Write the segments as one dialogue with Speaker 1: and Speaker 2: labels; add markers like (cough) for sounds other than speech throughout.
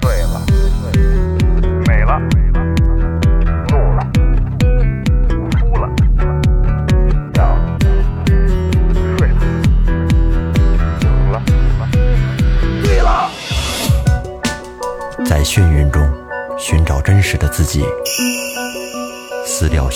Speaker 1: 醉了，美了，怒了，哭了，笑了，睡了，醒了，醉了。
Speaker 2: 在眩晕中寻找真实的自己，撕掉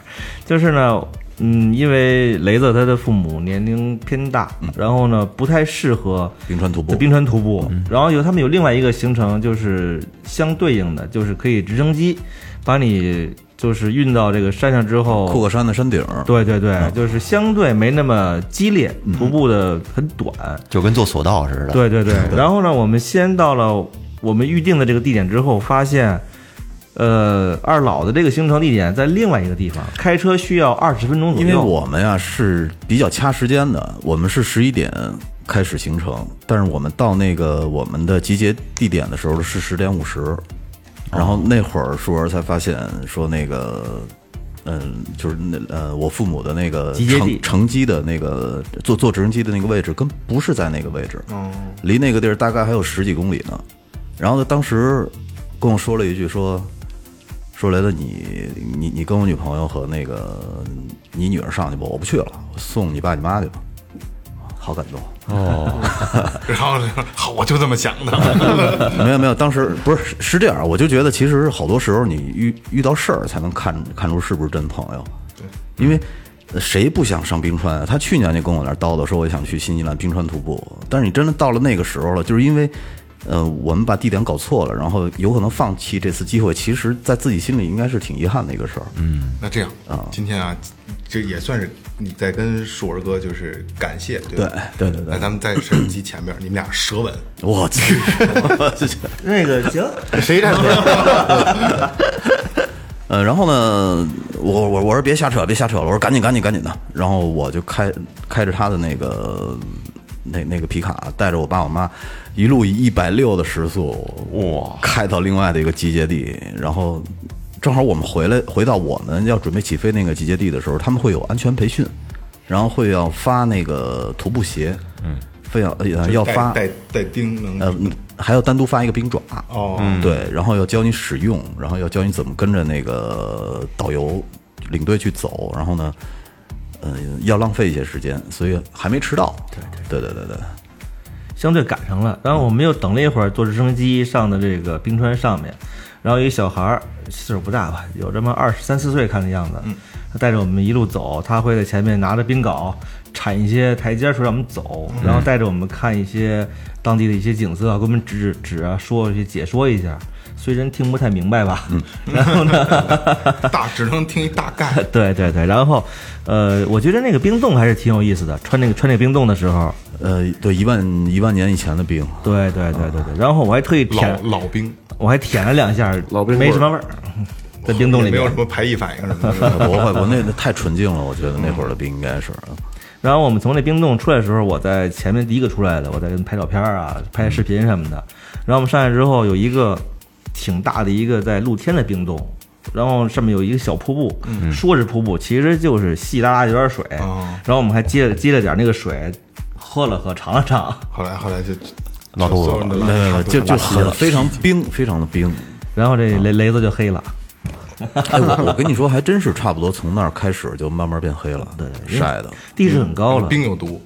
Speaker 3: 就是呢，嗯，因为雷子他的父母年龄偏大，然后呢不太适合
Speaker 4: 嗯冰川徒步嗯
Speaker 3: 在冰川徒步。然后有他们有另外一个行程，就是相对应的，就是可以直升机把你就是运到这个山上之后，
Speaker 4: 库克山的山顶儿，
Speaker 3: 对对对，
Speaker 4: 嗯
Speaker 3: 就是相对没那么激烈，徒步的很短。
Speaker 2: 就跟坐索道似的。
Speaker 3: 对对对。然后呢，我们先到了我们预定的这个地点之后，发现，呃，二老的这个行程地点在另外一个地方，开车需要二十分钟左右。
Speaker 4: 因为我们呀是比较掐时间的，我们是十一点开始行程，但是我们到那个我们的集结地点的时候是十点五十，
Speaker 3: 哦
Speaker 4: 然后那会儿舒儿才发现说那个。嗯，就是那呃，我父母的那个
Speaker 3: 集结地
Speaker 4: 乘乘机的那个坐坐直升机的那个位置，跟不是在那个位置，离那个地儿大概还有十几公里呢。然后他当时跟我说了一句说，说雷子，你你你跟我女朋友和那个你女儿上去吧，我不去了，我送你爸你妈去吧。好感动，
Speaker 5: 然后好，我就这么想的。
Speaker 4: 没有没有，当时不是是这样，我就觉得其实好多时候你遇遇到事儿才能看看出是不是真朋友，对，因为谁不想上冰川啊？他去年就跟我那儿叨叨说我想去新西兰冰川徒步，但是你真的到了那个时候了，就是因为。呃，我们把地点搞错了，然后有可能放弃这次机会，其实，在自己心里应该是挺遗憾的一个事儿。嗯，
Speaker 5: 那这样，今天啊，这也算是你在跟硕儿哥就是感谢，对
Speaker 4: 对
Speaker 5: 吧？
Speaker 4: 对对对
Speaker 5: 那，咱们在摄像机前面，你们俩舌吻，
Speaker 4: 我去， (laughs)
Speaker 3: 那个行，
Speaker 5: 谁站谁？
Speaker 4: 呃，然后呢，我我我说别瞎扯，别瞎扯了，我说赶紧赶紧赶紧的。然后我就开开着他的那个那那个皮卡，带着我爸我妈，一路以一百六的时速，哇，开到另外的一个集结地。然后正好我们回来回到我们要准备起飞那个集结地的时候，他们会有安全培训，然后会要发那个徒步鞋，嗯，非要呃要
Speaker 5: 带
Speaker 4: 发
Speaker 5: 带带钉能
Speaker 4: 呃，还要单独发一个冰爪
Speaker 5: 哦
Speaker 4: 对，然后要教你使用，然后要教你怎么跟着那个导游领队去走，然后呢，嗯、要浪费一些时间，所以还没迟到。对对对对对
Speaker 3: 相对赶上了。然后我们又等了一会儿，坐直升机上的这个冰川上面，然后一小孩儿岁数不大吧，有这么二十三四岁看的样子，他带着我们一路走，他会在前面拿着冰镐铲一些台阶儿出来让我们走，然后带着我们看一些当地的一些景色，给我们指指指啊说一些解说一下。虽然听不太明白吧，然后呢，
Speaker 5: 大，只能听一大概。
Speaker 3: 对对对，然后，呃，我觉得那个冰洞还是挺有意思的。穿那个穿那个冰洞的时候，
Speaker 4: 呃，对，一万一万年以前的冰，
Speaker 3: 对对对对对。然后我还特意舔
Speaker 5: 老老兵，
Speaker 3: 我还舔了两下，
Speaker 6: 老冰棍儿
Speaker 3: 没什么味儿，在冰冻里
Speaker 5: 也没有
Speaker 3: 面
Speaker 5: 什。么排异反应什么的。
Speaker 4: (laughs) 不会，我那那太纯净了，我觉得那会儿的冰应该是。
Speaker 3: 然后我们从那冰洞出来的时候，我在前面第一个出来的，我在拍照片啊、拍视频什么的。然后我们上来之后，有一个挺大的一个在露天的冰洞，然后上面有一个小瀑布，说是瀑布，其实就是稀拉拉有点水。
Speaker 5: 哦
Speaker 3: 然后我们还接了接了点那个水，喝了喝，尝了尝。
Speaker 5: 后来后来就
Speaker 2: 闹肚子了
Speaker 5: 所有人都
Speaker 4: 没有没有，就就很非常冰，非常的冰。
Speaker 3: 然后这雷雷子就黑了，
Speaker 4: 哎，我我跟你说，还真是差不多，从那儿开始就慢慢变黑了，对对，晒的。
Speaker 3: 地势很高了。
Speaker 5: 冰有毒，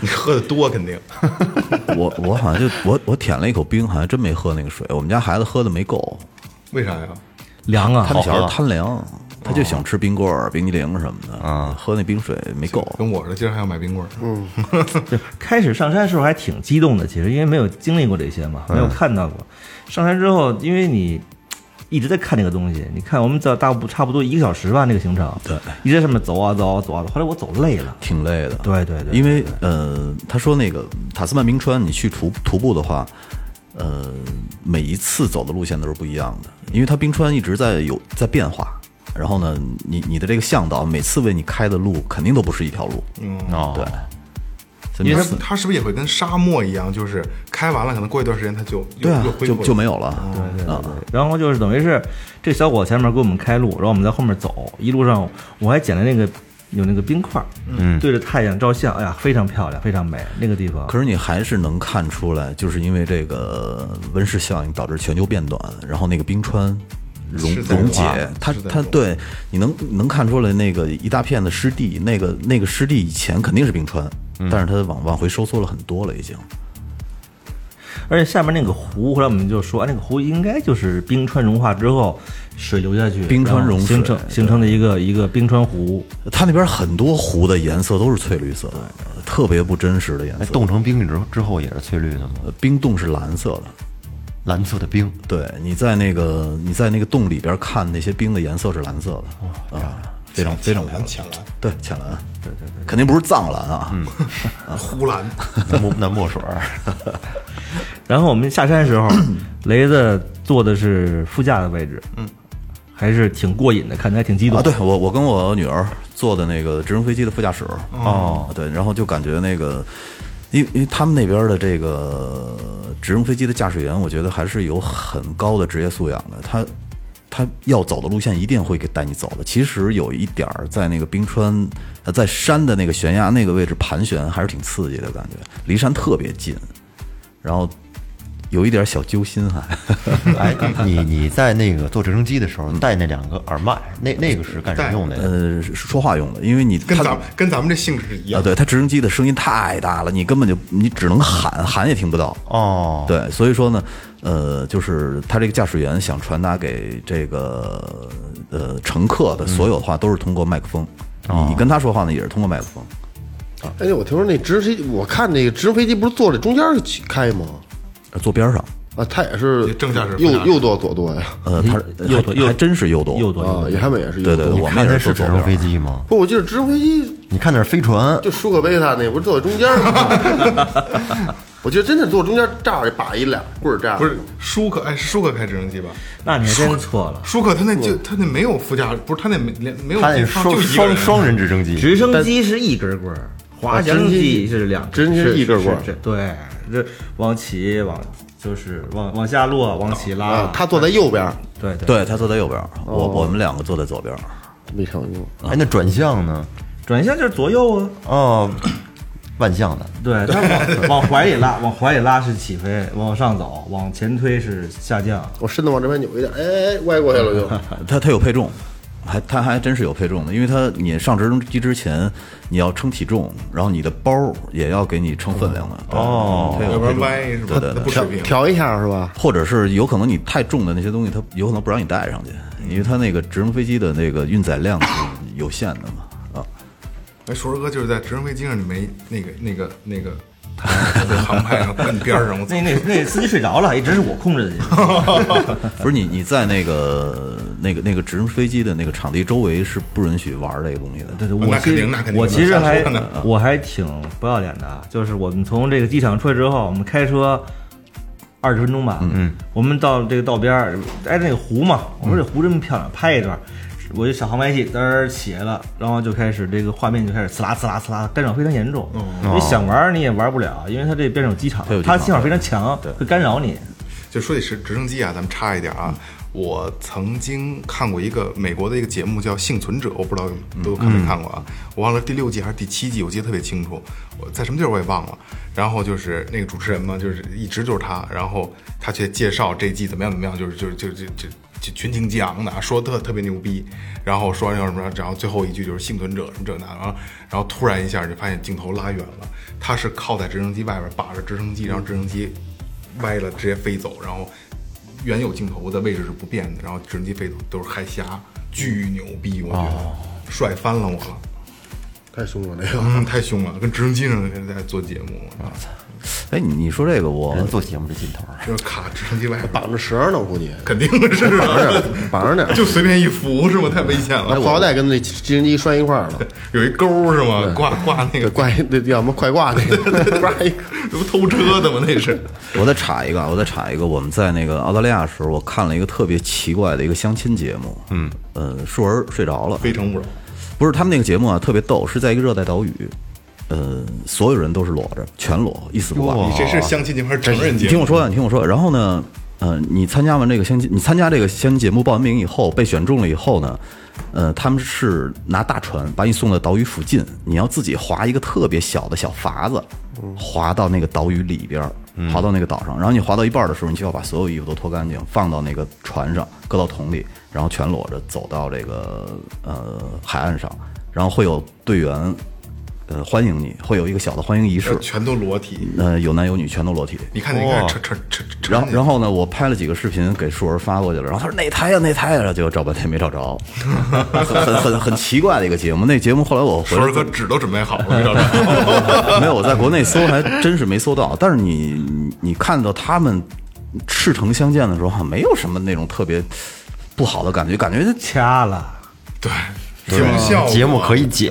Speaker 5: 你喝的多肯定。
Speaker 4: (laughs) 我我好像就我我舔了一口冰，好像真没喝那个水。我们家孩子喝的没够，
Speaker 5: 为啥呀？
Speaker 3: 凉啊
Speaker 4: 他，们小时候贪凉，他就想吃冰棍儿、冰激凌什么的啊，喝那冰水没够。
Speaker 5: 跟我这今儿还要买冰棍儿。嗯，
Speaker 3: 对， (laughs) 开始上山的时候还挺激动的，其实因为没有经历过这些嘛，没有看到过。上山之后，因为你一直在看这个东西，你看我们走大不差不多一个小时吧，那个行程，
Speaker 4: 对，
Speaker 3: 一直在上面走啊走啊走啊，后来我走累了，
Speaker 4: 挺累的。
Speaker 3: 对对对
Speaker 4: 因为呃，他说那个塔斯曼冰川，你去徒徒步的话，呃，每一次走的路线都是不一样的，因为它冰川一直在有在变化。然后呢，你你的这个向导每次为你开的路肯定都不是一条路，
Speaker 2: 哦，
Speaker 4: 对，所以
Speaker 5: 因
Speaker 4: 每
Speaker 5: 为
Speaker 4: 次
Speaker 5: 它是不是也会跟沙漠一样，就是开完了，可能过一段时间它就又
Speaker 4: 对啊
Speaker 5: 又，恢
Speaker 4: 就
Speaker 5: 复了
Speaker 4: 就没有了。
Speaker 3: 对对
Speaker 4: 啊
Speaker 3: 对。然后就是等于是这小伙前面给我们开路，然后我们在后面走，一路上我还捡了那个有那个冰块，嗯，对着太阳照相，哎呀，非常漂亮，非常美，那个地方。
Speaker 4: 可是你还是能看出来，就是因为这个温室效应导致全球变暖，然后那个冰川溶
Speaker 5: 是在
Speaker 4: 溶解
Speaker 5: 融化，
Speaker 4: 它
Speaker 5: 是在
Speaker 4: 它
Speaker 5: 融化
Speaker 4: 对，你能能看出来那个一大片的湿地，那个那个湿地以前肯定是冰川，
Speaker 5: 嗯
Speaker 4: 但是它往往回收缩了很多了，已经。
Speaker 3: 而且下面那个湖，后来我们就说，啊，那个湖应该就是冰川融化之后水流下去，
Speaker 4: 冰川
Speaker 3: 然后
Speaker 4: 融水
Speaker 3: 形成
Speaker 4: 对
Speaker 3: 形成的一个一个冰川湖。
Speaker 4: 它那边很多湖的颜色都是翠绿色的，特别不真实的颜
Speaker 2: 哎，
Speaker 4: 色。
Speaker 2: 冻成冰之后之后也是翠绿的吗？
Speaker 4: 呃冰冻是蓝色的，
Speaker 2: 蓝色的冰， (laughs)
Speaker 4: 对，你在那个你在那个洞里边看那些冰的颜色是蓝色的，啊，非常非常漂亮，
Speaker 5: 哦浅蓝
Speaker 4: 对浅蓝，对对对，肯定不是藏蓝啊，
Speaker 5: 呼兰，
Speaker 2: 那墨那墨水儿，
Speaker 3: 然后我们下山的时 (clears throat) 候，雷子坐的是副驾的位置，嗯，还是挺过瘾的，看着还挺激动。
Speaker 4: 啊，对我我跟我女儿坐的那个直升飞机的副驾驶哦，对，然后就感觉那个，因因为他们那边的这个直升飞机的驾驶员，我觉得还是有很高的职业素养的，他。他要走的路线一定会给带你走的。其实有一点儿在那个冰川，呃，在山的那个悬崖那个位置盘旋，还是挺刺激的感觉，离山特别近。然后有一点小揪心还。
Speaker 2: (laughs)
Speaker 4: (laughs)
Speaker 2: 哎，你你在那个坐直升机的时候戴那两个耳麦，那那个是干什么用的呀？
Speaker 4: 呃，是说话用的，因为你
Speaker 5: 跟
Speaker 4: 它
Speaker 5: 咱们跟咱们这性质是一
Speaker 4: 啊，
Speaker 5: 样。
Speaker 4: 对，它直升机的声音太大了，你根本就你只能喊，喊也听不到。
Speaker 2: 哦，
Speaker 4: 对，所以说呢，呃，就是他这个驾驶员想传达给这个呃乘客的所有的话，都是通过麦克风。你你跟他说话呢，也是通过麦克风。
Speaker 6: 而哎且我听说那直升飞机，我看那个直升飞机不是坐在中间儿起开吗？
Speaker 4: 呃坐边上，
Speaker 6: 啊，它也是
Speaker 5: 正驾驶
Speaker 6: 右
Speaker 5: 副驾驶
Speaker 6: 右舵左舵呀，
Speaker 4: 呃，他
Speaker 3: 右
Speaker 4: 还
Speaker 3: 舵右
Speaker 4: 还真是右舵，
Speaker 3: 右舵
Speaker 6: 啊，也他们也是右
Speaker 4: 对对
Speaker 6: 舵
Speaker 4: 对，我
Speaker 2: 你
Speaker 4: 们
Speaker 2: 看
Speaker 4: 也
Speaker 2: 那
Speaker 4: 是
Speaker 2: 是
Speaker 4: 坐
Speaker 2: 直
Speaker 4: 边
Speaker 2: 升
Speaker 4: 上
Speaker 2: 飞机吗？
Speaker 6: 不，我记得直升飞机
Speaker 2: 你看那是飞船，
Speaker 6: 就舒可贝塔那不是坐在中间儿吗？我记得真的坐中间儿炸着把一俩棍儿炸着，
Speaker 5: 不是舒克，哎，是舒克开直升机吧？
Speaker 3: 那你还真错了。
Speaker 5: 舒克他那就他那没有副驾，不是他那没连没有
Speaker 2: 嗯他那
Speaker 5: 副驾
Speaker 2: 双
Speaker 5: 就一个
Speaker 2: 双
Speaker 5: 人
Speaker 2: 双人直升机，
Speaker 3: (laughs) 直升机是一根棍儿，滑翔机是两根，
Speaker 6: 真是一根棍儿
Speaker 3: 是是对，这往起往就是往往下落，往起拉
Speaker 6: 啊，。他坐在右边儿，
Speaker 3: 对对，
Speaker 4: 对他坐在右边，我我们两个坐在左边。
Speaker 6: 没成功。
Speaker 2: 哎，那转向呢？
Speaker 3: 转向就是左右啊。
Speaker 2: 哦，万向的，
Speaker 3: 对，它往往怀里拉，往怀里拉是起飞，往上走，往前推是下降。
Speaker 6: 我身子往这边扭一点，哎哎，哎歪过去了就。
Speaker 4: (laughs) 他他有配重，还他还真是有配重的，因为他你上直升机之前你要称体重，然后你的包也要给你称分量的哦，它有
Speaker 5: 要不
Speaker 4: 配
Speaker 5: 然
Speaker 4: 重
Speaker 5: 歪是吧？
Speaker 4: 对对
Speaker 5: 那不
Speaker 4: 对，
Speaker 5: 水平。
Speaker 6: 调一下是吧？
Speaker 4: 或者是有可能你太重的那些东西，它有可能不让你带上去，
Speaker 2: 嗯
Speaker 4: 因为它那个直升飞机的那个运载量是有限的嘛啊，
Speaker 5: 哎，硕儿哥就是在直升飞机上，你没那个那个那个，他在航拍上奔边儿上，我操
Speaker 3: 那那那司机睡着了，一直是我控制的。
Speaker 4: 不是你你在那个那个那个直升飞机的那个场地周围是不允许玩这个东西的，
Speaker 3: 对对，
Speaker 5: 哦那
Speaker 3: 我其
Speaker 5: 肯
Speaker 3: 实
Speaker 5: 定那肯定
Speaker 3: 我其实还
Speaker 5: 瞎说呢
Speaker 3: 我还挺不要脸的啊，就是我们从这个机场出来之后，我们开车二十分钟吧，嗯，我们到这个道边儿挨着那个湖嘛，我说这湖这么漂亮，拍一段。我就小航拍器嘚儿起来了，然后就开始这个画面就开始刺啦刺啦刺啦，干扰非常严重。
Speaker 5: 哦
Speaker 3: 你想玩儿你也玩不了，啊因为它这边上有机场
Speaker 4: 它有，机
Speaker 3: 它
Speaker 4: 场
Speaker 3: 信号非常强，会干扰你。
Speaker 5: 就说起直直升机啊，咱们插一点啊。我曾经看过一个美国的一个节目叫《幸存者》，我不知道都看没看过啊，我忘了第六季还是第七季，我记得特别清楚，我在什么地儿我也忘了。然后就是那个主持人嘛，就是一直就是他，然后他却介绍这季怎么样怎么样，就是就是就是就就就群情激昂的啊，说得特特别牛逼，然后说要什么，然后最后一句就是幸存者什么这那，然后然后突然一下就发现镜头拉远了，他是靠在直升机外边把着直升机，然后直升机歪了直接飞走，然后原有镜头的位置是不变的，然后直升机飞走都是海峡，巨牛逼，我觉得帅翻了我了，
Speaker 6: 太凶了那个，
Speaker 5: 嗯，太凶了，跟直升机上在做节目，
Speaker 4: 哎，你你说这个我
Speaker 2: 人做节目这劲头儿，啊
Speaker 5: 就是卡直升机外边，
Speaker 6: 绑着蛇呢，我估计
Speaker 5: 肯定是
Speaker 6: 绑着绑着点，
Speaker 5: 就随便一扶是吗？太危险
Speaker 6: 那
Speaker 5: 了，
Speaker 6: 裤腰带跟那直升机拴一块儿了，
Speaker 5: 有一钩儿是吗？挂挂那
Speaker 6: (laughs) 给
Speaker 5: 个，
Speaker 6: 挂一那叫什么
Speaker 5: (laughs)
Speaker 6: 快挂那个，挂一个
Speaker 5: 这不偷车的吗？那是。
Speaker 4: 我再插一个啊，我再插一个。我们在那个澳大利亚的时候，我看了一个特别奇怪的一个相亲节目。嗯，呃，树儿睡着了，
Speaker 5: 非诚勿扰。
Speaker 4: 不是他们那个节目啊，特别逗，是在一个热带岛屿，呃，所有人都是裸着，全裸，一丝不挂。
Speaker 5: 你这是相亲节目还是成人
Speaker 4: 你
Speaker 5: 节
Speaker 4: 听
Speaker 5: 目？
Speaker 4: 我说，你听我说。然后呢，呃，你参加完这个相亲，你参加这个相亲节目报完名以后，被选中了以后呢，呃，他们是拿大船把你送到岛屿附近，你要自己划一个特别小的小筏子，划到那个岛屿里边儿，
Speaker 5: 嗯
Speaker 4: 划到那个岛上。然后你划到一半的时候，你就要把所有衣服都脱干净，放到那个船上，搁到桶里，然后全裸着走到这个呃海岸上，然后会有队员。呃，欢迎你，会有一个小的欢迎仪式，
Speaker 5: 全都裸体。
Speaker 4: 呃，有男有女，全都裸体。
Speaker 5: 你看，你看，成成成成。
Speaker 4: 然后，然后呢，我拍了几个视频给树儿发过去了，然后他说哪台呀、哪台呀、然后结果找半天没
Speaker 5: (laughs)
Speaker 4: 找着，很很很很奇怪的一个节目。那节目后来我回
Speaker 5: 硕
Speaker 4: 来
Speaker 5: 儿哥纸都准备好了，没找着。
Speaker 4: (laughs) 没有，我在国内搜还真是没搜到。但是你你你看到他们赤诚相见的时候，好像没有什么那种特别不好的感觉，感觉
Speaker 3: 掐了，
Speaker 5: 对，节目
Speaker 4: 哦
Speaker 5: 效果，
Speaker 2: 节目可以剪，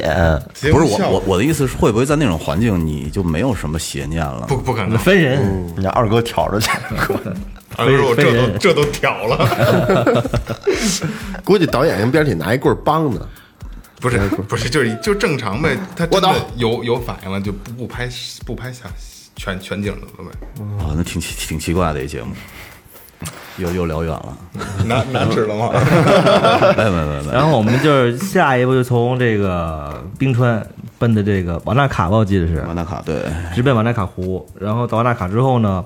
Speaker 5: 节目
Speaker 4: 不是我
Speaker 5: 效果
Speaker 4: 我我的意思是，会不会在那种环境你就没有什么邪念了？
Speaker 5: 不不可能。
Speaker 3: 分人。
Speaker 4: 哦
Speaker 2: 你让二哥挑着去，
Speaker 5: 二哥说我
Speaker 3: 非
Speaker 5: 这
Speaker 3: 人
Speaker 5: 都这都挑了，
Speaker 6: 估计导演跟边儿里拿一棍儿帮呢。
Speaker 5: 不是不是，就是就正常呗。他
Speaker 6: 我
Speaker 5: 真
Speaker 6: 懂
Speaker 5: 的有有反应了，就不不拍不拍下全全景的了呗。
Speaker 4: 啊，那挺奇挺奇怪的一节目，又又聊
Speaker 5: (laughs)
Speaker 4: 远了，
Speaker 5: 拿拿纸了吗？
Speaker 4: 没有没有没有没有，
Speaker 3: 然后我们就是下一步就从这个冰川奔的这个瓦纳卡吧，我记得是
Speaker 4: 瓦纳卡对。
Speaker 3: 直奔瓦纳卡湖。然后到瓦纳卡之后呢，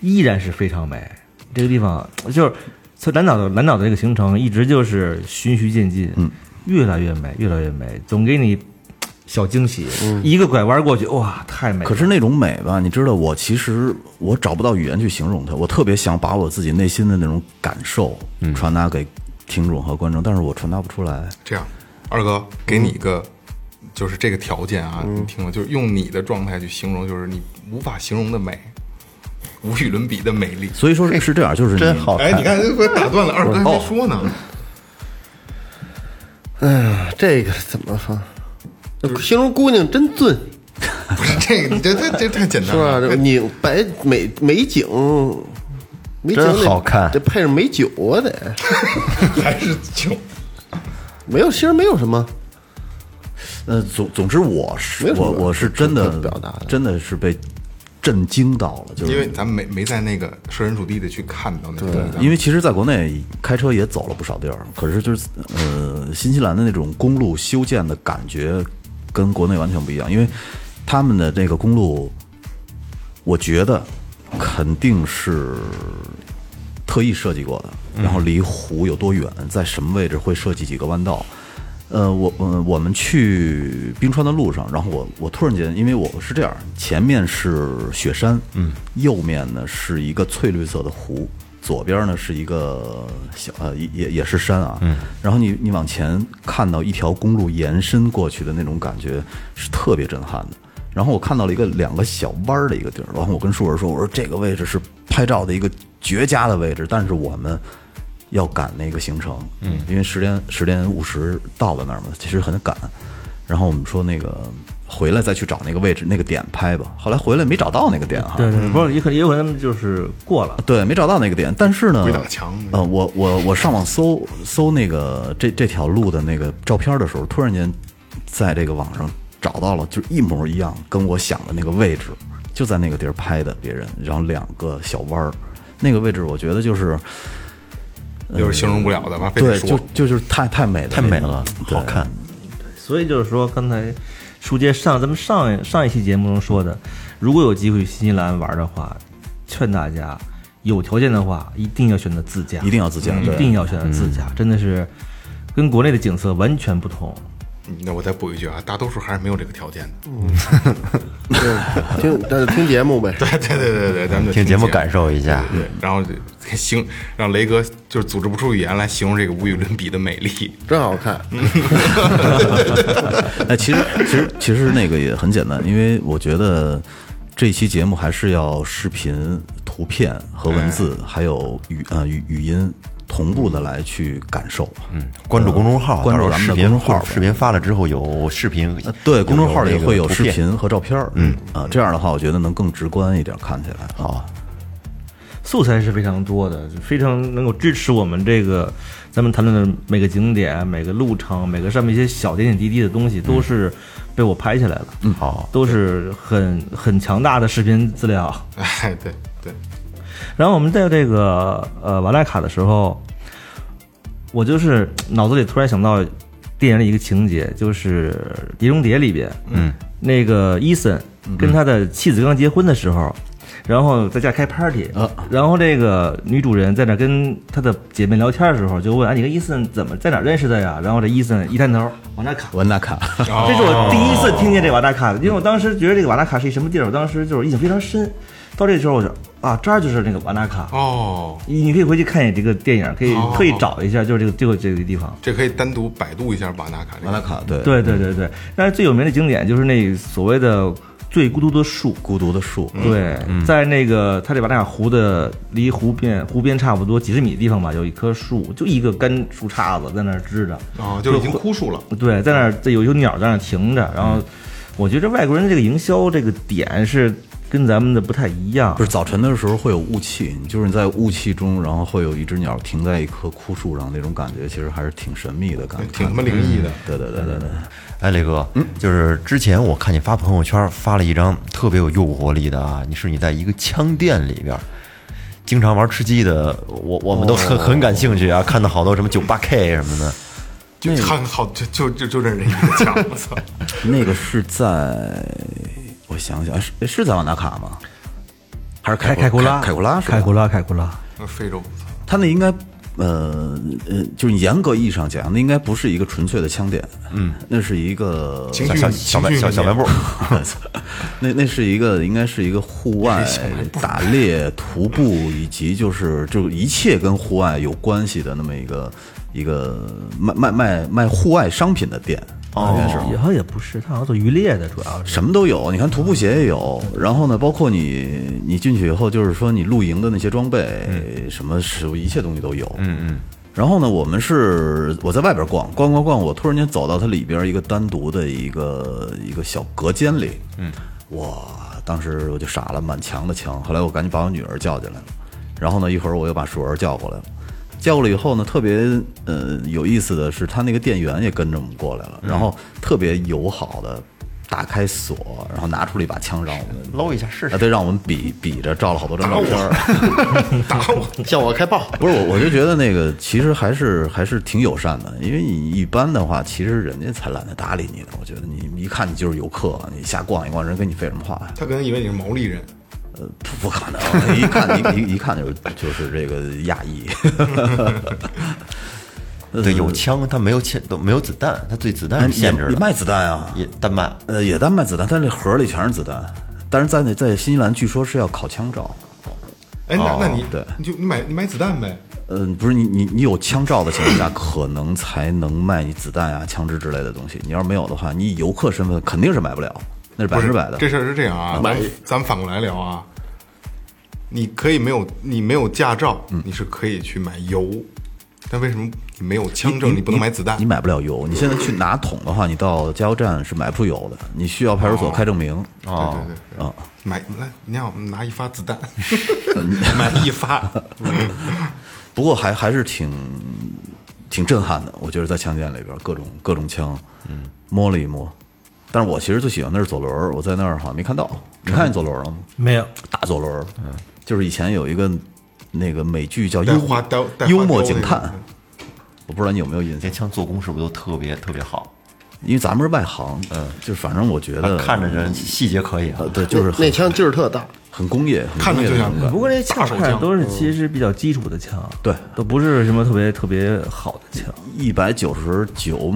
Speaker 3: 依然是非常美。这个地方就是从南岛的南岛的这个行程，一直就是循序渐进，嗯，越来越美，越来越美，总给你小惊喜。一个拐弯过去，哇，太美了！
Speaker 4: 嗯可是那种美吧，你知道，我其实我找不到语言去形容它，我特别想把我自己内心的那种感受传达给听众和观众，但是我传达不出来。
Speaker 5: 这样，二哥给你一个，就是这个条件啊，你听了，就是用你的状态去形容，就是你无法形容的美，无与伦比的美丽。
Speaker 4: 所以说是这样，就是
Speaker 6: 真
Speaker 4: 你
Speaker 6: 好
Speaker 5: 哎，
Speaker 6: 看
Speaker 5: 你。看，这不打断了二哥还没说呢，
Speaker 6: 这个怎么说？形容姑娘真俊，
Speaker 5: 不是这个，你这这这太简单
Speaker 6: 是啊吧？
Speaker 5: 了。
Speaker 6: 这你白美美景，美景
Speaker 2: 真
Speaker 6: 得
Speaker 2: 好看
Speaker 6: 得配上美酒啊，得
Speaker 5: 还是穷，
Speaker 6: 没有，其实没有什么，
Speaker 4: 呃，总总之我是
Speaker 6: 没有什
Speaker 4: 我
Speaker 6: 么
Speaker 4: 我是真的
Speaker 6: 可表达的
Speaker 4: 真的是被震惊到了，就是
Speaker 5: 因为咱们没没在那个设身处地的去看到那个东西咱们
Speaker 4: 因为其实在国内开车也走了不少地儿，可是就是呃，新西兰的那种公路修建的感觉跟国内完全不一样，因为他们的这个公路，我觉得肯定是特意设计过的，然后离湖有多远，在什么位置会设计几个弯道。呃，我我我们去冰川的路上，然后我我突然间，因为我是这样，前面是雪山，嗯，右面呢是一个翠绿色的湖，左边呢是一个小呃也也也是山啊，嗯，然后你你往前看到一条公路延伸过去的那种感觉是特别震撼的。然后我看到了一个两个小弯儿的一个地儿，然后我跟树儿说，我说这个位置是拍照的一个绝佳的位置，但是我们要赶那个行程，嗯，因为十点十点五十到了那儿嘛，其实很赶。然后我们说那个回来再去找那个位置那个点拍吧。后来回来没找到那个点啊哈，
Speaker 3: 对对，不是也可也有可能就是过了，
Speaker 4: 对，没找到那个点，但是呢，
Speaker 5: 鬼打墙
Speaker 4: 呃，我我我上网搜搜那个这这条路的那个照片的时候，突然间在这个网上找到了，就是一模一样，跟我想的那个位置，就在那个地儿拍的别人，然后两个小弯儿，那个位置我觉得就是
Speaker 5: 就是形容不了的吧？非得
Speaker 4: 对，
Speaker 5: 说
Speaker 4: 就就就是太太美了，
Speaker 2: 太美了，
Speaker 4: 对
Speaker 2: 好看。
Speaker 3: 所以就是说，刚才书接上咱们上上一期节目中说的，如果有机会去新西兰玩的话，劝大家有条件的话，一定要选择自驾，
Speaker 4: 一定要自驾
Speaker 3: 嗯
Speaker 4: 对
Speaker 3: 一定要选择自驾，真的是跟国内的景色完全不同。
Speaker 5: 嗯那我再补一句啊，大多数还是没有这个条件的。 (laughs)
Speaker 6: 对 (laughs) 听但是听节目呗，
Speaker 5: 对对对对对，咱们就
Speaker 2: 听节目感
Speaker 5: 受。
Speaker 2: 受一下，
Speaker 5: 对，然后就形让雷哥就是组织不出语言来形容这个无与伦比的美丽。 (laughs)
Speaker 6: 真好看。
Speaker 5: 嗯
Speaker 4: 哎，其实其实其实那个也很简单，因为我觉得这期节目还是要视频、图片和文字，还有语呃语语音同步的来去感受。嗯，
Speaker 2: 关注公众号，
Speaker 4: 关注
Speaker 2: 到
Speaker 4: 咱
Speaker 2: 时候视
Speaker 4: 们的公
Speaker 2: 频
Speaker 4: 众号吧
Speaker 2: 视频发了之后有视频
Speaker 4: 呃，对，公众号里
Speaker 2: 那个
Speaker 4: 会有
Speaker 2: 图
Speaker 4: 视
Speaker 2: 片。
Speaker 4: 频和照片儿。嗯啊，这样的话，我觉得能更直观一点看起来啊。
Speaker 3: 素材是非常多的，非常能够支持我们这个咱们谈论的每个景点、每个路程、每个上面一些小点点滴滴的东西，都是被我拍下来了，嗯，
Speaker 2: 好，
Speaker 3: 都是很很强大的视频资料。
Speaker 5: 哎，对对，
Speaker 3: 然后我们在这个呃瓦莱卡的时候，我就是脑子里突然想到电影里一个情节，就是《碟中谍》里边，嗯，那个伊森跟他的妻子刚结婚的时候，然后在家开 party，、然后这个女主人在那跟她的姐妹聊天的时候，就问：“哎，你跟伊森怎么在哪儿认识的呀？”然后这伊森一探头，往那卡。
Speaker 4: 文纳卡，
Speaker 3: 这是我第一次听见这瓦纳卡，因为我当时觉得这个瓦纳卡是一什么地儿，我当时就是印象非常深。到这时候我就啊，这儿就是那个瓦纳卡，
Speaker 5: 哦，
Speaker 3: 你你可以回去看一眼这个电影，可以特意找一下，就是这个这个这个地方。
Speaker 5: 这可以单独百度一下瓦纳卡。
Speaker 4: 文纳， (laughs) 卡，对，
Speaker 3: 对对对对，但是最有名的景点就是那所谓的最孤独的树。
Speaker 4: 孤独的树，嗯
Speaker 3: 对，在那个它这瓦纳卡湖的离湖边湖边差不多几十米的地方吧，有一棵树，就一个干树杈子在那儿支着。
Speaker 5: 哦，就是已经枯树了。
Speaker 3: 对，在那儿这有有鸟在那儿停着，然后我觉得外国人的这个营销这个点是跟咱们的不太一样
Speaker 4: 不。是早晨的时候会有雾气，就是你在雾气中，然后会有一只鸟停在一棵枯树上，那种感觉其实还是挺神秘的感觉，嗯
Speaker 5: 挺他妈灵异的
Speaker 4: 对对对对对。
Speaker 2: 哎，雷哥，嗯，就是之前我看你发朋友圈发了一张特别有诱惑力的啊，你是你在一个枪店里边儿，经常玩吃鸡的，我我
Speaker 4: 哦
Speaker 2: 们都很很感兴趣啊，看到好多什么九八 K 什么的，
Speaker 5: 就看好，就就就就认识一个墙，我操！
Speaker 4: 那个是在，我想想，是是在瓦纳卡吗？还是
Speaker 3: 开
Speaker 4: 凯
Speaker 3: 库拉，
Speaker 4: 凯库拉是吧
Speaker 3: 凯库拉，凯库拉，
Speaker 5: 那非洲不错，
Speaker 4: 他那应该，呃呃，就是严格意义上讲，那应该不是一个纯粹的腔点，嗯，那是一个， (laughs)
Speaker 5: 情
Speaker 2: 小
Speaker 5: 绪
Speaker 2: 小小卖
Speaker 5: 情绪
Speaker 2: 小小卖部，
Speaker 4: 那那是一个应该是一个户外打猎、徒步以及就是就一切跟户外有关系的那么一个一个卖卖卖卖户外商品的店，应该是。
Speaker 3: 也好像也不是，他好像做渔猎的，主要是
Speaker 4: 什么都有，你看徒步鞋也有，然后呢，包括你你进去以后，就是说你露营的那些装备，什么食物，一切东西都有。嗯嗯。然后呢，我们是我在外边逛逛逛逛，我突然间走到它里边一个单独的一个一个小隔间里，嗯，哇，当时我就傻了，满墙的墙。后来我赶紧把我女儿叫进来了，然后呢，一会儿我又把鼠儿叫过来了。叫过来以后呢，特别呃有意思的是，他那个店员也跟着我们过来
Speaker 2: 嗯
Speaker 4: 了，然后特别友好的打开锁，然后拿出了一把枪让我们
Speaker 2: 搂一下试
Speaker 4: 啊，
Speaker 2: 试。
Speaker 4: 对，让我们比比着照了好多张照片儿。
Speaker 6: 向我开炮，
Speaker 4: 不是我，我就觉得那个其实还是还是挺友善的，因为你一般的话，其实人家才懒得搭理你呢。我觉得你一看你就是游客，你瞎逛一逛，人跟你废什么话呀？
Speaker 5: 他可能以为你是毛利人，
Speaker 4: 呃，不不可能，一看一一一看就是就是这个亚 (laughs) 裔。
Speaker 2: 对，有枪，它没有枪，都没有子弹，它对子弹是限制
Speaker 4: 也也
Speaker 2: 的，
Speaker 4: 卖子弹啊，
Speaker 2: 也单卖。
Speaker 4: 呃，也单卖子弹，但这盒里全是子弹。但是在那在新西兰，据说是要考枪照。
Speaker 5: 哎，那那你
Speaker 4: 对
Speaker 5: 你就你买你买子弹呗，
Speaker 4: 嗯、不是你你你有枪照的情况下，可能才能卖你子弹啊、枪支之类的东西。你要是没有的话，你以游客身份肯定是买不了，那是百
Speaker 5: 不
Speaker 4: 分
Speaker 5: 是
Speaker 4: 之百的。
Speaker 5: 这事儿是这样啊，咱们咱们反过来聊啊，你可以没有你没有驾照，
Speaker 4: 嗯
Speaker 5: 你是可以去买油，但为什么你没有枪证，你不能买子弹
Speaker 4: 你？买不了油。你现在去拿桶的话，你到加油站是买不出油的，你需要派出所开证明。
Speaker 5: 对对对
Speaker 4: 啊，
Speaker 5: 买来，你让我们拿一发子
Speaker 4: (laughs)
Speaker 5: 弹，买一发，
Speaker 4: 不过还还是挺挺震撼的，我觉得在枪店里边各种各种枪，嗯，摸了一摸。但是我其实最喜欢的是左轮儿，我在那儿好像没看到，你看见左轮儿了吗？
Speaker 3: 没有。
Speaker 4: 大左轮儿，嗯，就是以前有一个那个美剧叫《
Speaker 5: 带
Speaker 4: (laughs) 幽
Speaker 5: 花
Speaker 4: 默
Speaker 5: 带带花
Speaker 4: 幽默
Speaker 5: 刀那
Speaker 4: 警
Speaker 5: 个嗯啊
Speaker 4: 探》，我不知道你有没有印
Speaker 2: 这
Speaker 4: 象，
Speaker 2: 枪做工是不是都特别特别好？
Speaker 4: 因为咱们是外行，嗯，就反正我觉得
Speaker 2: 啊看着人细节可以啊
Speaker 4: 呃，，对，就是
Speaker 6: 那那
Speaker 4: 很
Speaker 6: 枪劲儿特大，
Speaker 4: 很工业，很
Speaker 5: 看着
Speaker 4: 工业
Speaker 5: 就嗯
Speaker 4: 的
Speaker 5: 想
Speaker 4: 那种感觉
Speaker 3: 不过这枪
Speaker 5: 手
Speaker 3: 看着
Speaker 5: 枪嗯
Speaker 3: 都是其实比较基础的枪，啊
Speaker 4: 对
Speaker 3: 都不是什么特别特别好的枪，
Speaker 4: 一百九十九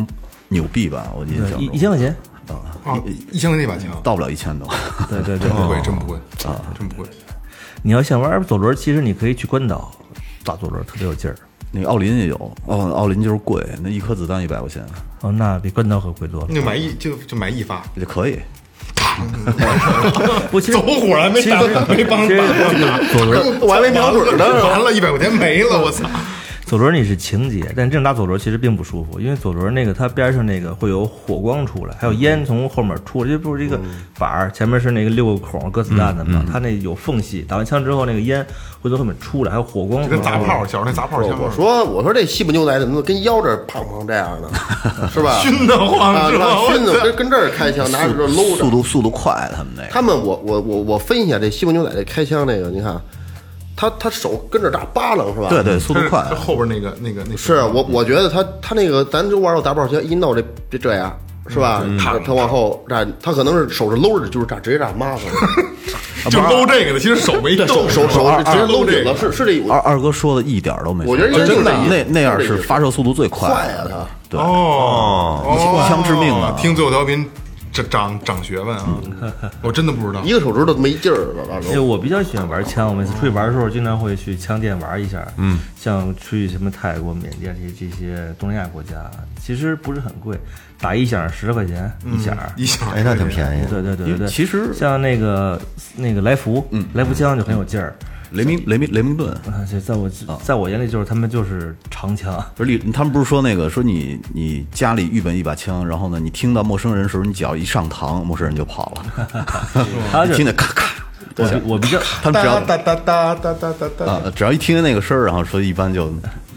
Speaker 4: 纽币吧，我印象中
Speaker 3: 一一千块钱，
Speaker 5: 啊，一枪的那把枪，
Speaker 4: 到不了一千多， (laughs)
Speaker 3: 对对对
Speaker 5: 真。不贵，真不贵
Speaker 4: 哦
Speaker 5: 啊，真不贵。
Speaker 3: (laughs) 你要想玩左轮，其实你可以去关岛打左轮，特别有劲儿。
Speaker 4: 那个奥林也有，奥奥林就是贵，那一颗子弹一百块钱，
Speaker 3: 哦，那比关岛可贵多了
Speaker 5: 那。就买一就就买一发，
Speaker 4: 也可以。
Speaker 3: 不，其实
Speaker 5: (laughs) 走火了没
Speaker 3: 其实
Speaker 5: 打没帮
Speaker 3: 其实
Speaker 5: 打
Speaker 3: 这个左
Speaker 5: (laughs)
Speaker 3: 轮
Speaker 6: 我还没瞄准呢。
Speaker 5: 完了，一百块钱没了，我操！
Speaker 4: 哦
Speaker 3: 左轮你是情节，但正打左轮其实并不舒服，因为左轮那个它边上那个会有火光出来，还
Speaker 5: 嗯
Speaker 3: 有烟从后面出来，这不是一个板儿，前面是那个六个孔搁子弹的
Speaker 5: 嗯
Speaker 3: 嘛，它那有缝隙，打完枪之后那个烟会从后面出来，还有火光
Speaker 5: 就
Speaker 3: 出来。
Speaker 5: 跟砸炮，小时候那砸炮枪，
Speaker 6: 我说我说这西部牛仔怎么跟腰这儿胖胖这样呢？是吧？
Speaker 5: 熏得慌
Speaker 6: 啊
Speaker 5: 是吧
Speaker 6: 吧
Speaker 5: 我
Speaker 6: 熏得跟跟这儿开枪，拿着这儿搂着
Speaker 4: 速。度速度快，他们那个
Speaker 6: 他们我我我我分析一下这西部牛仔这开枪这个，你看，啊他他手跟着打巴楞是吧？
Speaker 4: 对对，速度快啊
Speaker 5: 这，后边那个那个那
Speaker 6: 是我我觉得他他那个咱就玩到打炮枪一闹这这这样是吧？他他往后炸，他可能是手是搂着，就是炸直接炸妈子了，
Speaker 5: 就
Speaker 4: 啊
Speaker 5: 搂这个的，其实手没动，
Speaker 6: 手手手直接啊搂
Speaker 5: 这
Speaker 6: 紧
Speaker 5: 个
Speaker 6: 了，是是这意思
Speaker 4: 二二哥说的一点儿都没错，
Speaker 6: 我觉得应该
Speaker 4: 真
Speaker 6: 就
Speaker 4: 的
Speaker 6: 是这意
Speaker 4: 那
Speaker 6: 思
Speaker 4: 那样
Speaker 6: 就是这
Speaker 4: 是
Speaker 6: 意思
Speaker 4: 发射速度最快
Speaker 6: 快啊
Speaker 4: 的，
Speaker 6: 他。
Speaker 4: 对，
Speaker 5: 哦，哦
Speaker 4: 一枪致命啊嗯
Speaker 5: 听最后调频，这长长学问啊！我真的不知
Speaker 4: (laughs)
Speaker 5: 道
Speaker 6: 一，个手指头没劲儿了，完
Speaker 3: 因为
Speaker 6: 了。
Speaker 3: 我比较喜欢玩枪，我每次出去玩的时候，经常会去枪店玩一下。嗯，像去什么泰国、缅甸这些这些东南亚国家，其实不是很贵，打一响十块钱一响。
Speaker 5: 一响
Speaker 2: 哎，那挺便宜。
Speaker 3: 对对对对对，
Speaker 4: 其实
Speaker 3: 像那个那个来福，嗯，来福枪就很有劲儿。
Speaker 4: 雷明雷明雷明顿，
Speaker 3: 啊，这在我在我眼里就是他们就是长枪，
Speaker 4: 不是你他们不是说那个说你你家里预备一把枪，然后呢，你听到陌生人的时候，你只要一上膛，陌生人就跑
Speaker 3: 他
Speaker 6: (laughs)
Speaker 4: 了，
Speaker 3: 就
Speaker 4: 你听见咔咔，
Speaker 3: 我比我比较
Speaker 4: 他们只要
Speaker 5: 哒哒哒哒哒哒哒
Speaker 4: 啊，只要一听见那个声儿，然后说一般就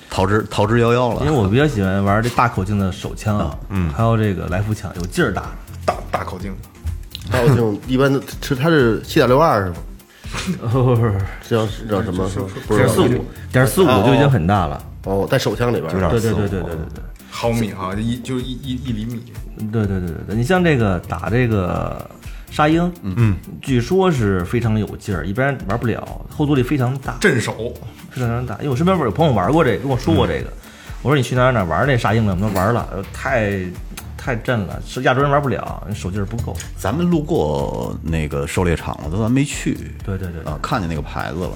Speaker 4: 逃之逃之夭夭
Speaker 3: 因为
Speaker 4: 了。
Speaker 3: 我比较喜欢玩这大口径的手枪，嗯，还有这个来福枪有劲儿打。
Speaker 5: 大大口径，
Speaker 6: 还有这种一般的，是他是七点六二是吗？
Speaker 3: 不是
Speaker 6: 这叫这叫什么？不知
Speaker 3: (laughs) 点
Speaker 6: 道
Speaker 3: 四五，点四五就已经很大了。
Speaker 6: 哦，在手枪里边儿。
Speaker 3: 对对对对对对对。
Speaker 4: 嗯
Speaker 5: 毫米哈，一就是一一一厘米，
Speaker 3: 对对对对对，你像这个打这个沙鹰，嗯，据说是非常有劲儿，一般人玩不了，后坐力非常大，
Speaker 5: 镇守，
Speaker 3: 非常大。因为哎我身边有朋友玩过这个，跟我说过这个，我说你去哪儿哪儿玩那沙鹰了？我们玩了，呃太太震了，是亚洲人玩不了，手劲儿不够。
Speaker 4: 咱们路过那个狩猎场了，但咱没去。
Speaker 3: 对对对对
Speaker 4: 啊，看见那个牌子了，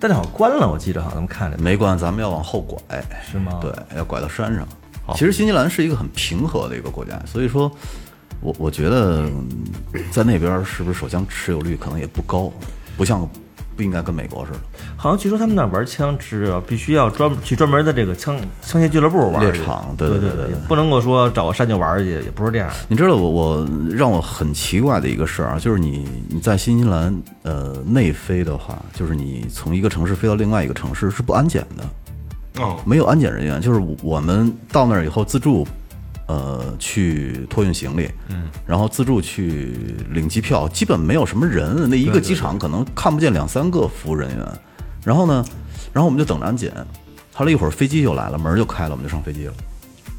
Speaker 3: 但是好像关了，我记得好像咱们看着
Speaker 4: 没关，咱们要往后拐，
Speaker 3: 是吗
Speaker 4: 对，要拐到山上。其实新西兰是一个很平和的一个国家，所以说，我我觉得嗯在那边是不是手枪持有率可能也不高，不像不应该跟美国似的
Speaker 3: 好像据说他们那儿玩枪是要必须要专去专门的这个枪枪械俱乐部玩
Speaker 4: 猎
Speaker 3: 去
Speaker 4: 场。
Speaker 3: 对
Speaker 4: 对对
Speaker 3: 对
Speaker 4: 对
Speaker 3: 也不能够说找个山就玩儿去，也不是这样。
Speaker 4: 你知道我我让我很奇怪的一个事儿啊，就是你你在新西兰呃内飞的话，就是你从一个城市飞到另外一个城市是不安检的，
Speaker 5: 哦，
Speaker 4: 没有安检人员，就是我们到那儿以后自助，呃，去托运行李，嗯，然后自助去领机票，基本没有什么人，那一个机场可能看不见两三个服务人员，然后呢，然后我们就等着安检，后来一会儿飞机就来了，门儿就开了，我们就上飞机了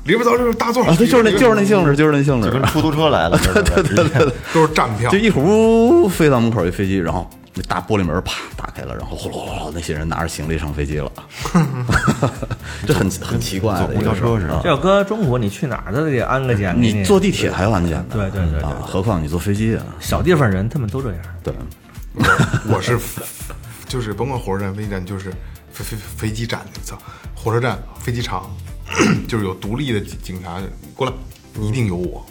Speaker 5: 里边早就是大座
Speaker 4: 啊，对，就是那就是那性质，就是那性质
Speaker 2: 就，跟出租车来了，对对对
Speaker 5: 都是站票
Speaker 4: 就，一会儿呜飞到门口一飞机，然后那大玻璃门啪打开了，然后呼噜呼噜那些人拿着行李上飞机了，这很很奇怪的
Speaker 2: 坐
Speaker 4: 一个事儿，
Speaker 2: 公交车似的
Speaker 4: 啊
Speaker 3: 这要搁中国，你去哪儿都得安个检。给
Speaker 4: 你坐地铁还有安检呢，
Speaker 3: 对对对对
Speaker 4: 啊，何况你坐飞机啊？
Speaker 3: 小地方人，他们都这样。
Speaker 4: 对，
Speaker 5: (laughs) 我是就是甭管火车站、飞机站，就是飞飞飞机站，操，火车站、飞机场，就是有独立的警察过来，你一定有我，